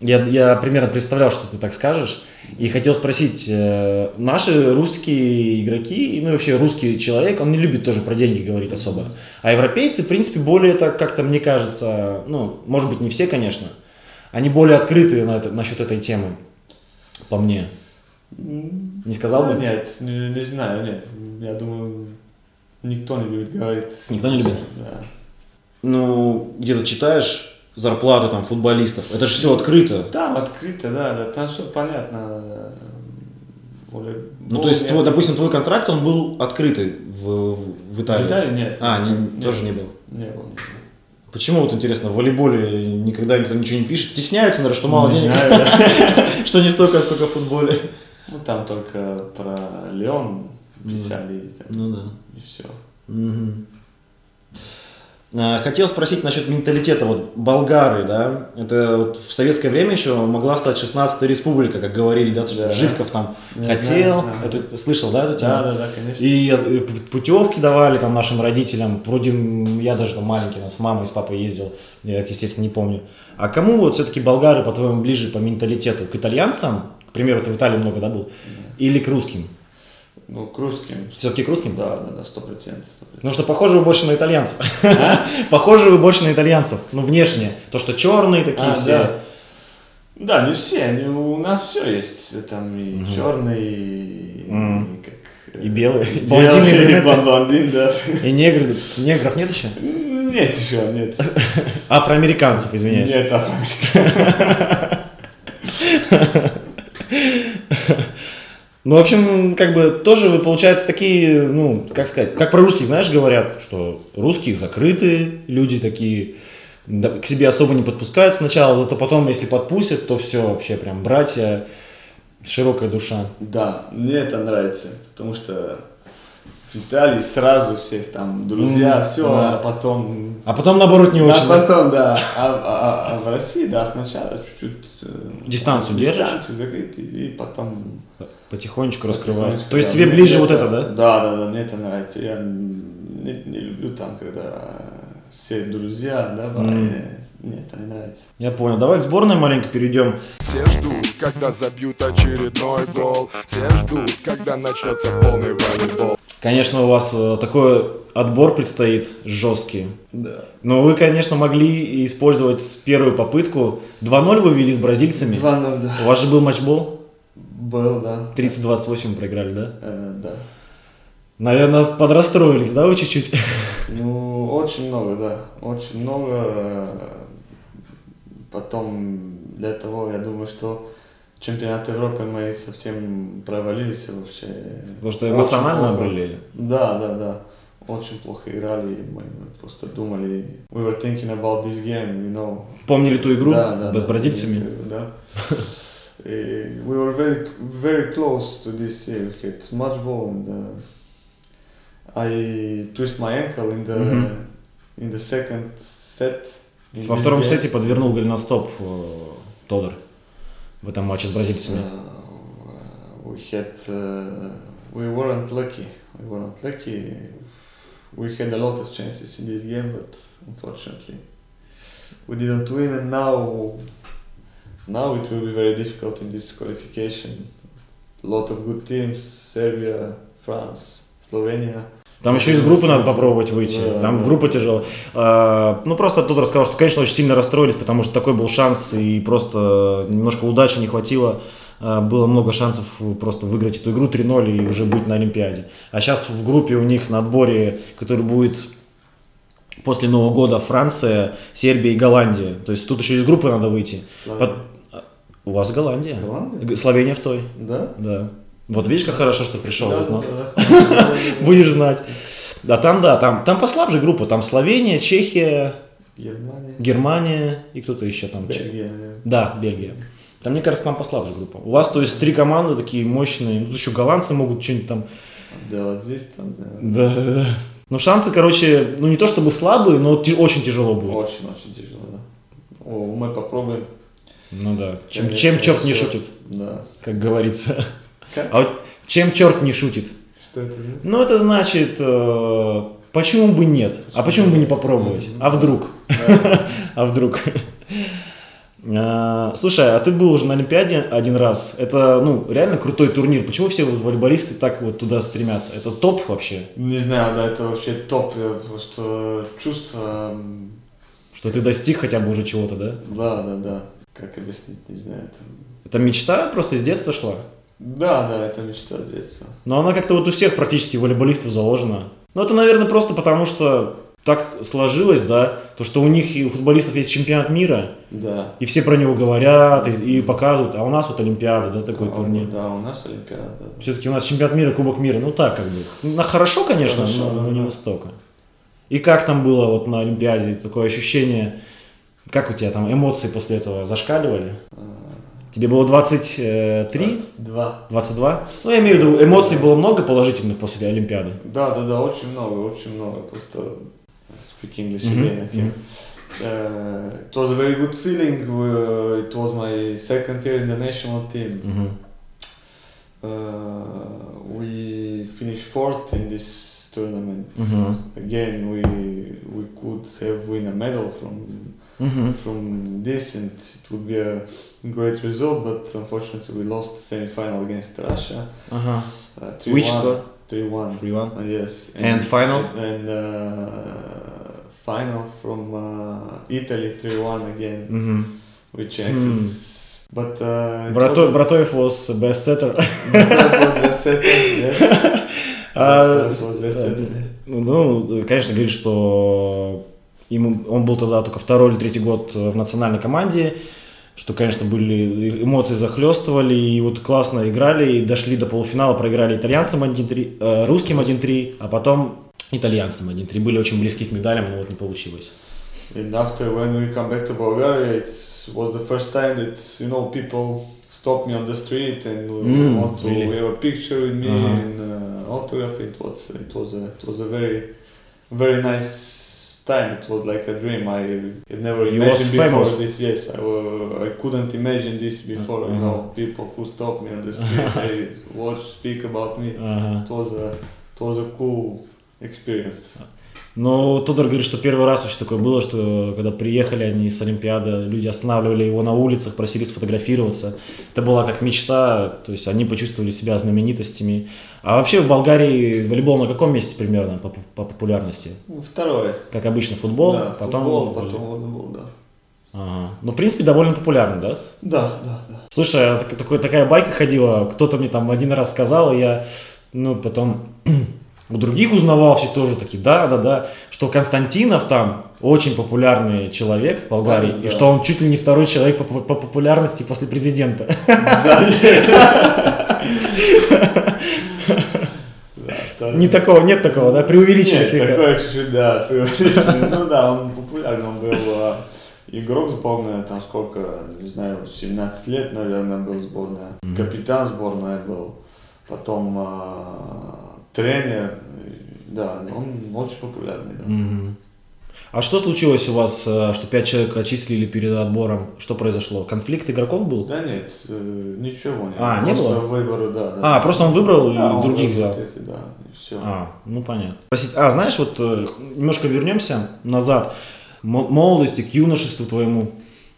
Speaker 2: Я, я примерно представлял, что ты так скажешь. И хотел спросить, э, наши русские игроки, ну и вообще русский человек, он не любит тоже про деньги говорить особо. А европейцы, в принципе, более так как-то, мне кажется, ну, может быть, не все, конечно, они более открытые на это, насчет этой темы, по мне.
Speaker 3: М,
Speaker 2: Не сказал
Speaker 3: да
Speaker 2: бы?
Speaker 3: Нет, не, не знаю, нет. Я думаю, никто не любит говорить.
Speaker 2: Никто не любит?
Speaker 3: Да.
Speaker 2: Ну, где-то читаешь зарплаты там футболистов, это же все открыто.
Speaker 3: Там открыто, да, да, там все понятно. Более-
Speaker 2: Ну, то есть,
Speaker 3: более-
Speaker 2: твой, допустим, твой контракт, он был открытый в, в, в Италии?
Speaker 3: В Италии нет.
Speaker 2: А, не-
Speaker 3: Нет.
Speaker 2: тоже не был.
Speaker 3: Не было, не было.
Speaker 2: Почему, вот интересно, в волейболе никогда никто ничего не пишет? Стесняются, наверное, что Ну, мало
Speaker 3: Не
Speaker 2: денег,
Speaker 3: знаю, да.
Speaker 2: что не столько, а сколько в футболе.
Speaker 3: Ну, там только про Леон писали, и, там,
Speaker 2: Ну да.
Speaker 3: и все.
Speaker 2: Мгм. А, Хотел спросить насчет менталитета. Вот болгары, да, это вот в советское время еще могла стать 16 республика, как говорили, да, то, что
Speaker 3: Да.
Speaker 2: Живков там
Speaker 3: Я
Speaker 2: хотел.
Speaker 3: знаю, да.
Speaker 2: Это ты слышал, да, эту тему?
Speaker 3: Да, да, да, конечно.
Speaker 2: И э, п- путевки давали там нашим родителям. Вроде м, я даже там маленький там, с мамой, с папой ездил. Я, так, естественно, не помню. А кому вот все-таки болгары, по-твоему, ближе по менталитету? К итальянцам? К примеру, ты в Италии много, да, был? Или к русским?
Speaker 3: Ну, к русским.
Speaker 2: Все-таки к русским?
Speaker 3: Да, да, да, сто процентов. сто процентов.
Speaker 2: Ну что, похоже вы больше на итальянцев.
Speaker 3: А?
Speaker 2: Похоже вы больше на итальянцев. Ну, внешне. То, что черные такие
Speaker 3: А,
Speaker 2: все.
Speaker 3: да. Да, не все, они- у нас все есть. Там и черный, и,
Speaker 2: Мгм.
Speaker 3: и как... э,
Speaker 2: И белые, и
Speaker 3: белый,
Speaker 2: блондины, и
Speaker 3: и
Speaker 2: брюнеты.
Speaker 3: бл- блондин, да.
Speaker 2: И негры. Негров нет еще?
Speaker 3: Нет еще, нет.
Speaker 2: Афроамериканцев, извиняюсь.
Speaker 3: Нет, афроамериканцев.
Speaker 2: Ну, в общем, как бы тоже вы, получается, такие, ну, как сказать, как про русских, знаешь, говорят, что русские закрытые, люди такие да, к себе особо не подпускают сначала, зато потом, если подпустят, то все вообще прям братья, широкая душа.
Speaker 3: Да, мне это нравится, потому что в Италии сразу всех там друзья,
Speaker 2: М,
Speaker 3: все,
Speaker 2: да.
Speaker 3: а потом
Speaker 2: А потом, наоборот, не
Speaker 3: Да,
Speaker 2: очень. да?
Speaker 3: потом, да. А, а- а в России, да, сначала чуть-чуть... э,
Speaker 2: Дистанцию держишь?
Speaker 3: Дистанцию закрыть и, и потом...
Speaker 2: Потихонечку раскрывают.
Speaker 3: потихонечку,
Speaker 2: То есть
Speaker 3: да. Ну,
Speaker 2: тебе
Speaker 3: Мне
Speaker 2: ближе вот это, да?
Speaker 3: Да, да, да, мне это нравится. Я не, не люблю там, когда все друзья, да, мне это не нравится.
Speaker 2: Я понял. Давай к сборной маленько перейдем.
Speaker 1: Все ждут, когда забьют очередной гол Все ждут, когда начнется полный волейбол
Speaker 2: Конечно, у вас э, такой отбор предстоит жесткий.
Speaker 3: Да.
Speaker 2: Но вы, конечно, могли использовать первую попытку. 2-0 вы вели с бразильцами.
Speaker 3: 2-0, да.
Speaker 2: У вас же был матчбол,
Speaker 3: Был, да.
Speaker 2: 30-28 проиграли, да?
Speaker 3: Э, да.
Speaker 2: Наверное, подрастроились, да, вы чуть-чуть?
Speaker 3: Ну, очень много, да. Очень много. э, Потом для того, я думаю, что чемпионат Европы мы совсем провалились вообще.
Speaker 2: Потому что эмоционально
Speaker 3: Очень плохо.
Speaker 2: были.
Speaker 3: Да, да, да. Очень плохо играли, и мы, мы просто думали, we were thinking about this game, you know.
Speaker 2: Помнили ту игру
Speaker 3: Да, да,
Speaker 2: с
Speaker 3: да,
Speaker 2: бразильцами?
Speaker 3: Да. И we were very, very close to this year. We had much ball and uh, I twist my ankle in the,
Speaker 2: Мгм.
Speaker 3: in the second set. in
Speaker 2: Во
Speaker 3: this
Speaker 2: втором
Speaker 3: game.
Speaker 2: сете подвернул голеностоп э, Тодор в этом матче с бразильцами.
Speaker 3: Uh, we had uh, we weren't lucky. We weren't lucky. We had a lot of chances in this game, but unfortunately, we didn't win. And now, now it will be very difficult in this qualification. A lot of good teams: Serbia, France, Slovenia.
Speaker 2: Там еще из группы надо попробовать выйти.
Speaker 3: Ну, Да,
Speaker 2: Там
Speaker 3: да.
Speaker 2: группа тяжелая. А, ну, просто тут рассказал, что, конечно, очень сильно расстроились, потому что такой был шанс, и просто немножко удачи не хватило. А, было много шансов просто выиграть эту игру 3-0 и уже быть на Олимпиаде. А сейчас в группе у них на отборе, который будет после Нового года Франция, Сербия и Голландия. То есть тут еще из группы надо выйти. Под- У вас Голландия.
Speaker 3: Голландия?
Speaker 2: Г- Словения в той.
Speaker 3: Да.
Speaker 2: Да. Вот видишь, как хорошо, что пришел.
Speaker 3: Да,
Speaker 2: вот, ну.
Speaker 3: да, да.
Speaker 2: Будешь знать. Да, там, да, там, там послабже группа. Там Словения, Чехия,
Speaker 3: Германия.
Speaker 2: Германия и кто-то еще там.
Speaker 3: Бельгия. да.
Speaker 2: Да, Бельгия. Там, мне кажется, там послабже группа. У вас, то есть, три команды такие мощные. Ну, тут еще голландцы могут что-нибудь там.
Speaker 3: Да, здесь там. да.
Speaker 2: Да, да, да. Но шансы, короче, ну не то чтобы слабые, но ти- очень тяжело будет.
Speaker 3: Очень-очень тяжело, да. О, мы попробуем.
Speaker 2: Ну да. Чем,
Speaker 3: Конечно,
Speaker 2: чем черт не
Speaker 3: всё.
Speaker 2: шутит,
Speaker 3: Да.
Speaker 2: как говорится.
Speaker 3: Как?
Speaker 2: А вот чем черт не шутит?
Speaker 3: Что это? за-
Speaker 2: Ну это значит, э, почему бы нет? А почему бы не попробовать? А вдруг? А вдруг? А, Слушай, а ты был уже на Олимпиаде один раз. Это, ну, реально крутой турнир. Почему все вот волейболисты так вот туда стремятся? Это топ вообще?
Speaker 3: Не знаю, да, это вообще топ. Я просто чувство... м,
Speaker 2: Что ты достиг хотя бы уже чего-то, да?
Speaker 3: Да, да, да. Как объяснить, не знаю. это-
Speaker 2: Это мечта просто с детства шла?
Speaker 3: Да, да, это мечта с детства.
Speaker 2: Но она как-то вот у всех практически волейболистов заложена. Но это, наверное, просто потому, что так сложилось, да, то, что у них и у футболистов есть чемпионат мира,
Speaker 3: Да.
Speaker 2: И все про него говорят и, и показывают. А у нас вот Олимпиада, да, такой
Speaker 3: А,
Speaker 2: турнир.
Speaker 3: Да, у нас Олимпиада. да.
Speaker 2: Все-таки у нас чемпионат мира, Кубок мира. Ну так как бы. На хорошо, конечно,
Speaker 3: Хорошо,
Speaker 2: но,
Speaker 3: да,
Speaker 2: но не
Speaker 3: да.
Speaker 2: настолько. И как там было вот на Олимпиаде такое ощущение? Как у тебя там эмоции после этого зашкаливали? Тебе было 23?
Speaker 3: 22.
Speaker 2: 22? Ну, я имею в виду, эмоций было много положительных после Олимпиады.
Speaker 3: Да, да, да, очень много, очень много. Просто speak English
Speaker 2: Мгм,
Speaker 3: again, I think. Uh, it was a very good feeling. Uh, it was my second year in the national team.
Speaker 2: Мгм.
Speaker 3: Uh, we finished fourth in this tournament.
Speaker 2: Мгм.
Speaker 3: Again, we we could have win a medal from
Speaker 2: Мгм.
Speaker 3: from this, and it would be a great result. But unfortunately, we lost the semi-final against Russia.
Speaker 2: Ага.
Speaker 3: Uh, 3-1,
Speaker 2: Which score?
Speaker 3: 3-1.
Speaker 2: Приван.
Speaker 3: Uh, yes.
Speaker 2: And final?
Speaker 3: And uh, final from uh, Italy, 3-1 again.
Speaker 2: Мгм.
Speaker 3: With
Speaker 2: Hmm.
Speaker 3: chances. But uh, it
Speaker 2: Брато-
Speaker 3: was-
Speaker 2: Братоев was best setter.
Speaker 3: that was the second, yes.
Speaker 2: А,
Speaker 3: That was the second.
Speaker 2: Ну, конечно, говорит, что ему, он был тогда только второй или третий год э, в национальной команде, что, конечно, были эмоции захлестывали, и вот классно играли, и дошли до полуфинала, проиграли итальянцам 1-3, э, русским 1-3, а потом итальянцам 1-3. Были очень близки к медалям, но вот не получилось.
Speaker 3: And after when we come back to Bulgaria, it was the first time that you know people stopped me on the street and uh,
Speaker 2: Mm,
Speaker 3: want to
Speaker 2: really?
Speaker 3: have a picture with me
Speaker 2: Uh-huh.
Speaker 3: and uh, autograph. It was it was a it was a very very nice time. It was like a dream. I had never
Speaker 2: You was
Speaker 3: imagined before
Speaker 2: famous. Uh-huh.
Speaker 3: this. Yes, I wa- I couldn't imagine this before. You know, people who stopped me on the street, they watch, speak about me.
Speaker 2: Ага.
Speaker 3: It was a it was a cool experience.
Speaker 2: Но Тодор говорит, что первый раз вообще такое было, что когда приехали они с Олимпиады, люди останавливали его на улицах, просили сфотографироваться. Это была как мечта, то есть они почувствовали себя знаменитостями. А вообще в Болгарии волейбол на каком месте примерно по, по популярности?
Speaker 3: Ну, Второе.
Speaker 2: Как обычно футбол,
Speaker 3: да,
Speaker 2: потом...
Speaker 3: футбол,
Speaker 2: волейбол.
Speaker 3: потом волейбол, да.
Speaker 2: Ага. Ну, в принципе, довольно популярно, да?
Speaker 3: Да, да, да.
Speaker 2: Слушай, а так- такой- такая байка ходила, кто-то мне там один раз сказал, и я, ну, потом у других узнавал, все тоже такие, да, да, да, что Константинов там очень популярный человек в Болгарии,
Speaker 3: Да,
Speaker 2: и
Speaker 3: да.
Speaker 2: что он чуть ли не второй человек по, по- по популярности после президента.
Speaker 3: Да, так.
Speaker 2: Не такого, нет такого, да? Преувеличили
Speaker 3: Нет,
Speaker 2: слегка.
Speaker 3: такое чуть-чуть, да, преувеличили. Ну да, он популярный, он был э, игрок сборной, там сколько, не знаю, 17 лет, наверное, был сборная. Капитан сборной был, потом э, тренер, да, он очень популярный. да.
Speaker 2: Мгм. А что случилось у вас, э, что пять человек отчислили перед отбором? Что произошло? Конфликт игроков был?
Speaker 3: Да нет, э, ничего не
Speaker 2: А,
Speaker 3: было.
Speaker 2: не
Speaker 3: Просто
Speaker 2: было?
Speaker 3: выборы, да. да.
Speaker 2: А, просто он выбрал и
Speaker 3: Да, он
Speaker 2: других взял.
Speaker 3: выбрал, эти, Да, и все.
Speaker 2: А, ну понятно. Спросить- А, знаешь, вот э, немножко вернемся назад. М- молодости, к юношеству твоему.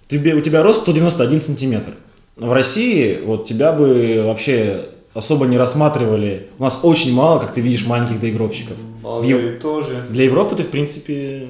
Speaker 2: Тебе, у тебя рост 191 сантиметр. В России вот тебя бы вообще особо не рассматривали. У нас очень мало, как ты видишь, маленьких доигровщиков. В Ев-
Speaker 3: Болгарии тоже.
Speaker 2: Для Европы ты, в принципе,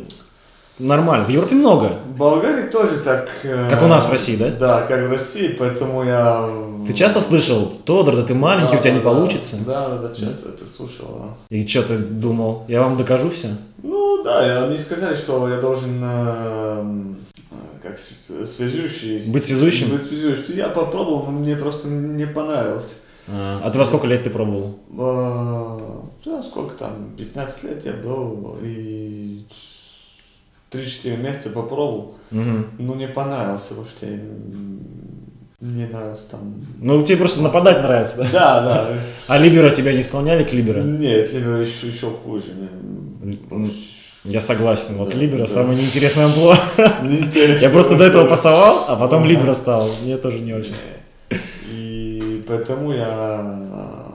Speaker 2: нормально. В Европе много.
Speaker 3: В Болгарии тоже так... э,
Speaker 2: Как у нас в России, да?
Speaker 3: Да, как в России, поэтому я...
Speaker 2: Ты часто слышал, Тодор, да ты маленький,
Speaker 3: Да,
Speaker 2: у тебя не
Speaker 3: да,
Speaker 2: получится.
Speaker 3: Да, да, да, часто это слушал. да.
Speaker 2: И что ты думал? Я вам докажу все.
Speaker 3: Ну да, и они сказали, что я должен эм, э, как с- связующий...
Speaker 2: Быть связующим?
Speaker 3: Быть связующим. Я попробовал, но мне просто не понравилось.
Speaker 2: А, а ты во сколько лет ты пробовал?
Speaker 3: Э, Да, сколько там, 15 лет я был и 3-4 месяца попробовал.
Speaker 2: Мгм.
Speaker 3: Ну не понравился вообще. М, Мне нравился там...
Speaker 2: Ну, тебе просто нападать нравится, да?
Speaker 3: Да, да.
Speaker 2: А Либера тебя не склоняли к Либера?
Speaker 3: Нет, либо еще, еще хуже. Мне вообще
Speaker 2: Я согласен, вот
Speaker 3: Да,
Speaker 2: Либера
Speaker 3: да.
Speaker 2: самый неинтересный амплуа.
Speaker 3: не интересно.
Speaker 2: Я просто до этого пасовал, а потом
Speaker 3: Ага.
Speaker 2: Либера стал. Мне тоже не очень.
Speaker 3: И поэтому я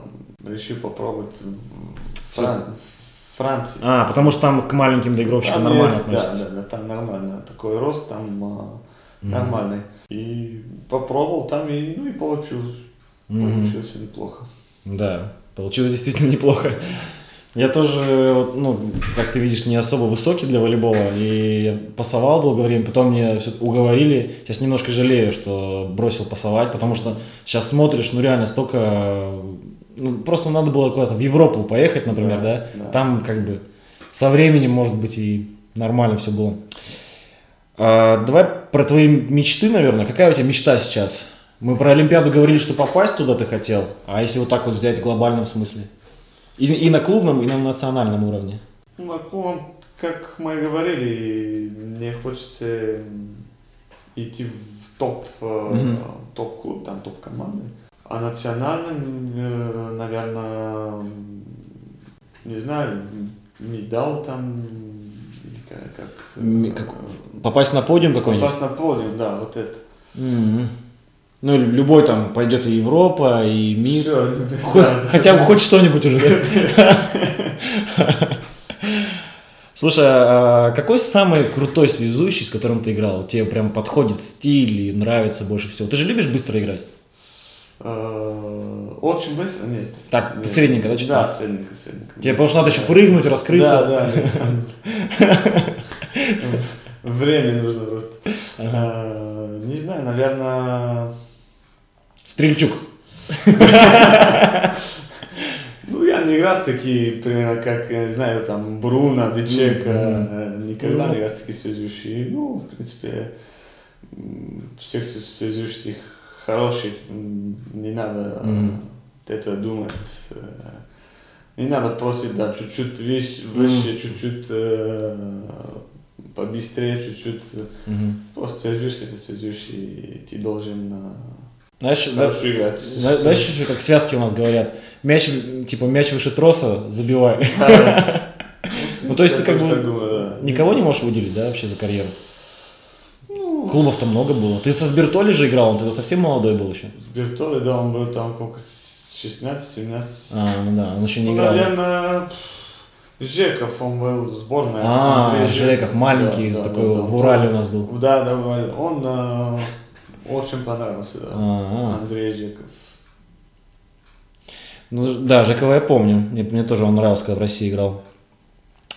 Speaker 3: э, решил попробовать в Фран... Франции.
Speaker 2: А, потому что там к маленьким доигровщикам
Speaker 3: Там
Speaker 2: нормально
Speaker 3: есть- да,
Speaker 2: относятся.
Speaker 3: да, да, там нормально. Такой рост там э, нормальный. И попробовал там и, ну, и получилось.
Speaker 2: Мгм.
Speaker 3: Получилось неплохо.
Speaker 2: Да, получилось действительно неплохо. Я тоже, вот, ну, как ты видишь, не особо высокий для волейбола, и я пасовал долгое время, потом мне все уговорили, сейчас немножко жалею, что бросил пасовать, потому что сейчас смотришь, ну реально столько, ну, просто надо было куда-то в Европу поехать, например, да,
Speaker 3: Да, да.
Speaker 2: там как бы со временем, может быть, и нормально все было. А, давай про твои мечты, наверное. Какая у тебя мечта сейчас? Мы про Олимпиаду говорили, что попасть туда ты хотел. А если вот так вот взять в глобальном смысле? И, и на клубном, и на национальном уровне.
Speaker 3: Ну, а, ну, как мы и говорили, мне хочется м, идти в топ, э,
Speaker 2: Мгм.
Speaker 3: топ-клуб, там топ-команды. А национальным, э, наверное, м, не знаю, м, медал там, или как... как, э,
Speaker 2: М, как Попасть на подиум какой-нибудь?
Speaker 3: попасть на подиум, да, вот это.
Speaker 2: Мгм. Ну, лю- любой там пойдет и Европа, и мир.
Speaker 3: Всё,
Speaker 2: Хо-
Speaker 3: да, да.
Speaker 2: Хотя бы хоть что-нибудь уже. да? Слушай, а какой самый крутой связующий, с которым ты играл? Тебе прям подходит стиль и нравится больше всего? Ты же любишь быстро играть?
Speaker 3: Э, Очень быстро, нет.
Speaker 2: Так,
Speaker 3: Нет.
Speaker 2: средненько, да, чуть-чуть?
Speaker 3: Да, средненько, средненько.
Speaker 2: Тебе потому что надо еще прыгнуть, раскрыться.
Speaker 3: Да, да. Время нужно просто. Э, Не знаю, наверное...
Speaker 2: Стрельчук.
Speaker 3: Ну, я не играл в такие, примерно, как, я не знаю, там, Бруно, Дичек, э, никогда не играл в такие связующие. Ну, в принципе, м, всех свя- связующих хороших, м, не надо
Speaker 2: Мгм.
Speaker 3: э, это думать. э, Не надо просить, да, чуть-чуть вещь,
Speaker 2: Мгм.
Speaker 3: выше, чуть-чуть э, побыстрее, чуть-чуть. э, Просто связующий, ты связующий, и ты должен э,
Speaker 2: Знаешь, да-
Speaker 3: хорошо играть.
Speaker 2: зна- знаешь, еще как связки у нас говорят. Мяч, в- типа, мяч выше троса, забивай. Ну, то есть ты
Speaker 3: Я
Speaker 2: как
Speaker 3: тоже так
Speaker 2: бы
Speaker 3: думаю, да.
Speaker 2: никого не можешь выделить, да, вообще за карьеру?
Speaker 3: Ну,
Speaker 2: Клубов-то много было. Ты со Сбертоли же играл, он тогда совсем молодой был еще.
Speaker 3: Бертоли, да, он был там сколько, с 16-17.
Speaker 2: А, ну да, он еще не
Speaker 3: Ну,
Speaker 2: играл.
Speaker 3: наверное, пф, Жеков, он был в сборной.
Speaker 2: А,
Speaker 3: Андрей
Speaker 2: Жеков, маленький,
Speaker 3: Да, да,
Speaker 2: такой
Speaker 3: да, да.
Speaker 2: в Урале у нас был.
Speaker 3: Да, да, в Урале. Он э, очень понравился, да.
Speaker 2: А, а.
Speaker 3: Андрей Жеков.
Speaker 2: Ну да, Жекова я помню. Мне, мне тоже он нравился, когда в России играл.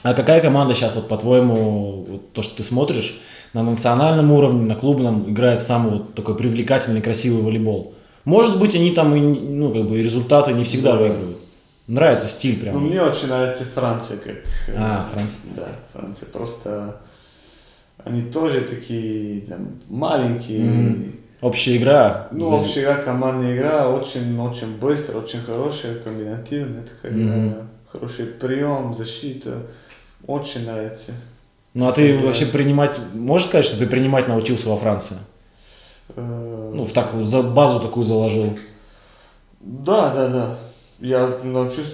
Speaker 2: А какая команда сейчас, вот по-твоему, вот то, что ты смотришь, на национальном уровне, на клубном играет самый вот такой привлекательный, красивый волейбол? Может быть, они там и, не- ну, как бы, и результаты не всегда
Speaker 3: Да.
Speaker 2: выигрывают. Нравится стиль
Speaker 3: Ну,
Speaker 2: прям.
Speaker 3: мне очень нравится Франция, как... э,
Speaker 2: А, Франция.
Speaker 3: Да, Франция. Просто они тоже такие там маленькие.
Speaker 2: Мгм. Общая игра.
Speaker 3: Ну,
Speaker 2: Здесь-
Speaker 3: вообще, игра, командная игра очень-очень быстро, очень хорошая, комбинативная такая игра.
Speaker 2: Мгм.
Speaker 3: хороший прием, защита. Очень нравится.
Speaker 2: Ну а ты
Speaker 3: Да.
Speaker 2: вообще принимать, можешь сказать, что ты принимать научился во Франции?
Speaker 3: Э,
Speaker 2: Ну, в такую за базу такую заложил.
Speaker 3: Да, да, да. Я научился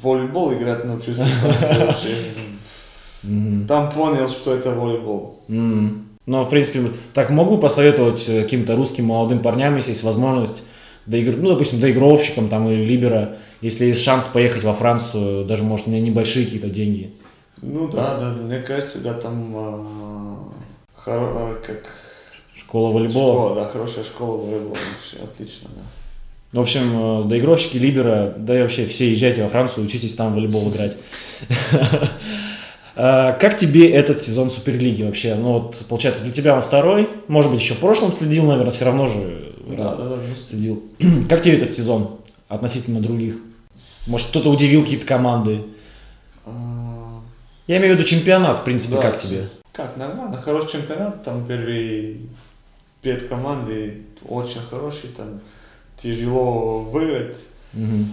Speaker 3: в волейбол играть, научился. вообще.
Speaker 2: Мгм.
Speaker 3: Там понял, что это волейбол.
Speaker 2: М. Ну, в принципе, так могу посоветовать э, каким-то русским молодым парням, если есть возможность, доигр... ну, допустим, доигровщикам там или либера, если есть шанс поехать во Францию, даже, может, не небольшие какие-то деньги.
Speaker 3: Ну да, да, мне кажется, да, там а, хоро- а, как
Speaker 2: Школа волейбола.
Speaker 3: школа, да, хорошая школа волейбола, вообще отлично, да.
Speaker 2: В общем, э, доигровщики, либера, да и вообще все езжайте во Францию, учитесь там в волейбол играть. А, Как тебе этот сезон Суперлиги вообще? Ну вот, получается, для тебя он второй, может быть, еще в прошлом следил, наверное, все равно же э,
Speaker 3: Да, да, да. ну,
Speaker 2: следил. Как тебе этот сезон относительно других? Может, кто-то удивил какие-то команды?
Speaker 3: а,
Speaker 2: Я имею в виду чемпионат, в принципе,
Speaker 3: Да.
Speaker 2: как тебе?
Speaker 3: Как, нормально, хороший чемпионат, там первые пять команд и очень хороший, там тяжело выиграть.
Speaker 2: Мгм.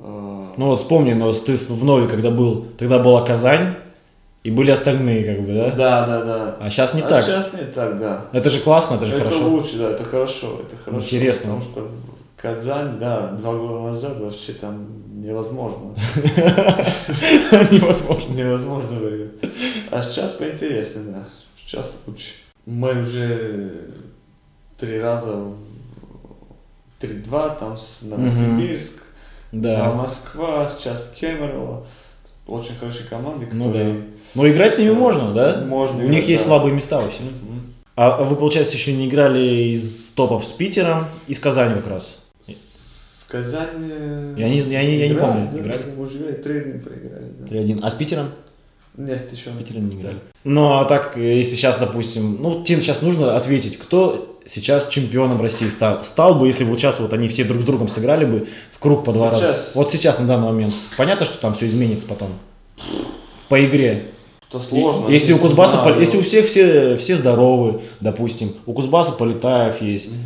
Speaker 3: а,
Speaker 2: Ну вот вспомни, но ты с- в Нове, когда был, тогда была Казань, и были остальные, как бы, да?
Speaker 3: да, да, да.
Speaker 2: А сейчас не
Speaker 3: а
Speaker 2: так.
Speaker 3: сейчас не так, да.
Speaker 2: Это же классно, это же хорошо.
Speaker 3: лучше, да, это хорошо, это хорошо.
Speaker 2: Интересно.
Speaker 3: Потому что Казань, да, два года назад вообще там невозможно.
Speaker 2: Невозможно.
Speaker 3: Невозможно выиграть. А сейчас поинтереснее, да. Сейчас лучше. Мы уже три раза в- 3-2 там с Новосибирск, а
Speaker 2: Да.
Speaker 3: Москва, сейчас Кемерово. Очень хорошие команды,
Speaker 2: Ну
Speaker 3: которые
Speaker 2: Но играть с ними можно, да?
Speaker 3: можно
Speaker 2: У них
Speaker 3: играть,
Speaker 2: есть
Speaker 3: да.
Speaker 2: слабые места во всем.
Speaker 3: Мгм.
Speaker 2: А вы, получается, еще не играли из топов с Питером и с Казани как раз.
Speaker 3: С Казани...
Speaker 2: Я не- я не- я не помню, играли?
Speaker 3: Мы уже играли, 3-1 проиграли. да.
Speaker 2: 3-1. А с Питером?
Speaker 3: Нет, еще
Speaker 2: С Питером не играли. Ну, а так, э, если сейчас, допустим, ну, тебе сейчас нужно ответить, кто сейчас чемпионом России стал, стал бы, если бы вот сейчас вот они все друг с другом сыграли бы в круг по два раза.
Speaker 3: Сейчас.
Speaker 2: Вот сейчас, на данный момент. Понятно, что там все изменится потом? По игре.
Speaker 3: То сложно.
Speaker 2: И- Если
Speaker 3: не
Speaker 2: у Кузбасса,
Speaker 3: знаю.
Speaker 2: Пол- если у всех все, все здоровы, допустим, у Кузбасса Полетаев есть.
Speaker 3: Мгм.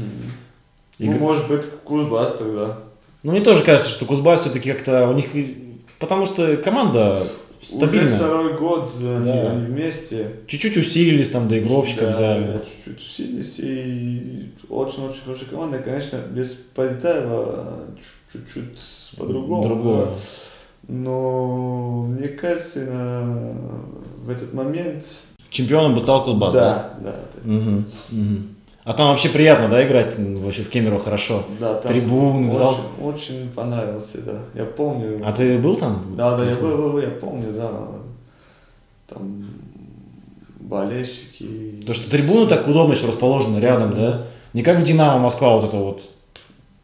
Speaker 2: Игр-
Speaker 3: Ну, может быть, Кузбасс тогда.
Speaker 2: Ну, мне тоже кажется, что Кузбасс все-таки как-то у них... и- Потому что команда
Speaker 3: Уже
Speaker 2: стабильная.
Speaker 3: второй год э,
Speaker 2: Да.
Speaker 3: они вместе.
Speaker 2: Чуть-чуть усилились, там доигровщика
Speaker 3: Да,
Speaker 2: взяли.
Speaker 3: да, Чуть-чуть усилились и очень-очень хорошая команда. Конечно, без Полетаева чуть-чуть по-другому.
Speaker 2: Другое.
Speaker 3: да. Но мне кажется, на- в этот момент...
Speaker 2: Чемпионом бы стал Кузбасс, да?
Speaker 3: да, да. да.
Speaker 2: Мгм, мгм. А там вообще приятно, да, играть м, вообще в Кемерово хорошо?
Speaker 3: Да, там
Speaker 2: Трибуны,
Speaker 3: очень,
Speaker 2: зал.
Speaker 3: Очень понравился, да. Я помню.
Speaker 2: А ты был там?
Speaker 3: Да, да, я был, был, был, я помню, да. Там болельщики.
Speaker 2: То, что трибуны так удобно еще расположены рядом, да? Не как в Динамо Москва вот это вот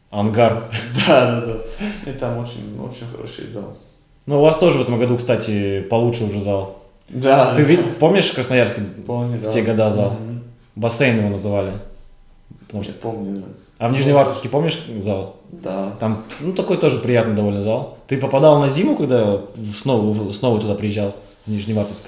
Speaker 2: ангар.
Speaker 3: Да, да, да. И там очень, очень хороший зал.
Speaker 2: Ну, у вас тоже в этом году, кстати, получше уже зал.
Speaker 3: Да.
Speaker 2: Ты ви- помнишь в Красноярске
Speaker 3: Помню,
Speaker 2: в
Speaker 3: да.
Speaker 2: те года зал?
Speaker 3: Мгм.
Speaker 2: Бассейн его называли. Потому
Speaker 3: Я
Speaker 2: что-
Speaker 3: помню, да.
Speaker 2: А в Нижневартовске помнишь зал?
Speaker 3: Да.
Speaker 2: Там, ну, такой тоже приятный довольно зал. Ты попадал на зиму, когда в- снова, в- снова туда приезжал, в Нижневартовск?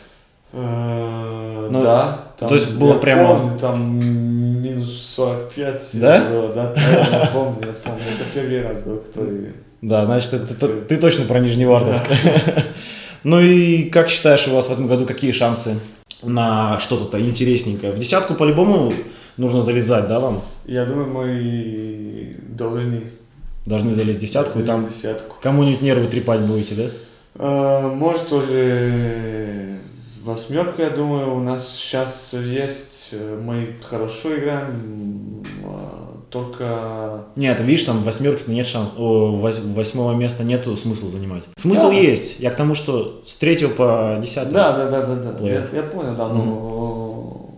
Speaker 3: Э,
Speaker 2: Ну,
Speaker 3: да. Там,
Speaker 2: то есть было
Speaker 3: я
Speaker 2: прямо-
Speaker 3: Помню, там минус 45
Speaker 2: Да?
Speaker 3: было, да. да, Я помню, я помню. Это первый раз был, который...
Speaker 2: Да, значит, это- ты, ты точно про Нижневартовск. Ну и как считаешь, у вас в этом году какие шансы на что-то интересненькое? В десятку по-любому нужно залезать, да, вам?
Speaker 3: Я думаю, мы должны...
Speaker 2: Должны залезть в десятку, и там
Speaker 3: Десятку.
Speaker 2: кому-нибудь нервы трепать будете, да?
Speaker 3: Э, Может, тоже восьмерка, я думаю, у нас сейчас есть. Э, Мы хорошо играем, м, а, только...
Speaker 2: Нет, видишь, там восьмерки ну нет шансов, восьмого места нету смысла занимать. Смысл
Speaker 3: Да.
Speaker 2: есть. Я к тому, что с третьего по десятый.
Speaker 3: Да, да, да, да, да. Я,
Speaker 2: Плей-офф.
Speaker 3: я понял, да, но...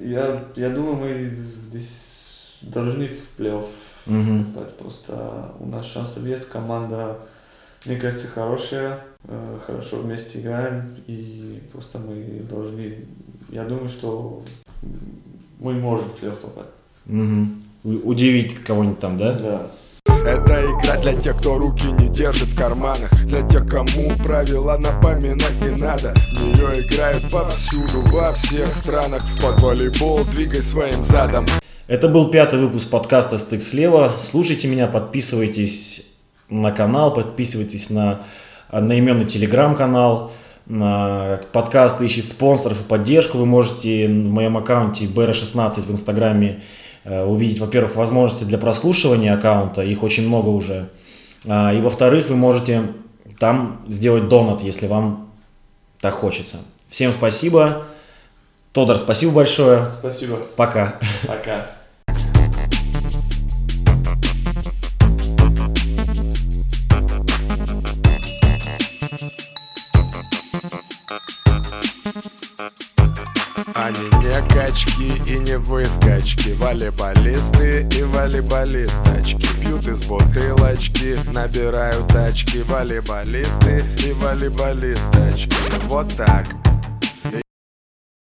Speaker 3: Я, я думаю, мы здесь должны в плей-офф.
Speaker 2: Мгм.
Speaker 3: попасть. Просто у нас шансов есть, команда, мне кажется, хорошая, э, хорошо вместе играем, и просто мы должны, я думаю, что мы можем в плей-офф попасть.
Speaker 2: Мгм. У- Удивить кого-нибудь там, да?
Speaker 3: Да.
Speaker 1: Это игра для тех, кто руки не держит в карманах Для тех, кому правила напоминать не надо В нее играют повсюду, во всех странах Под волейбол двигай своим задом
Speaker 2: Это был пятый выпуск подкаста «Стык слева». Слушайте меня, подписывайтесь на канал, подписывайтесь на одноименный телеграм-канал, на- подкаст ищет спонсоров и поддержку. Вы можете в моем аккаунте BR16 в Инстаграме э, увидеть, во-первых, возможности для прослушивания аккаунта, их очень много уже. А, И во-вторых, вы можете там сделать донат, если вам так хочется. Всем спасибо. Тодор, спасибо большое.
Speaker 3: Спасибо.
Speaker 2: Пока.
Speaker 3: Пока.
Speaker 1: Они А не качки и не выскочки Волейболисты и волейболисточки Пьют из бутылочки, набирают очки Волейболисты и волейболисточки Вот так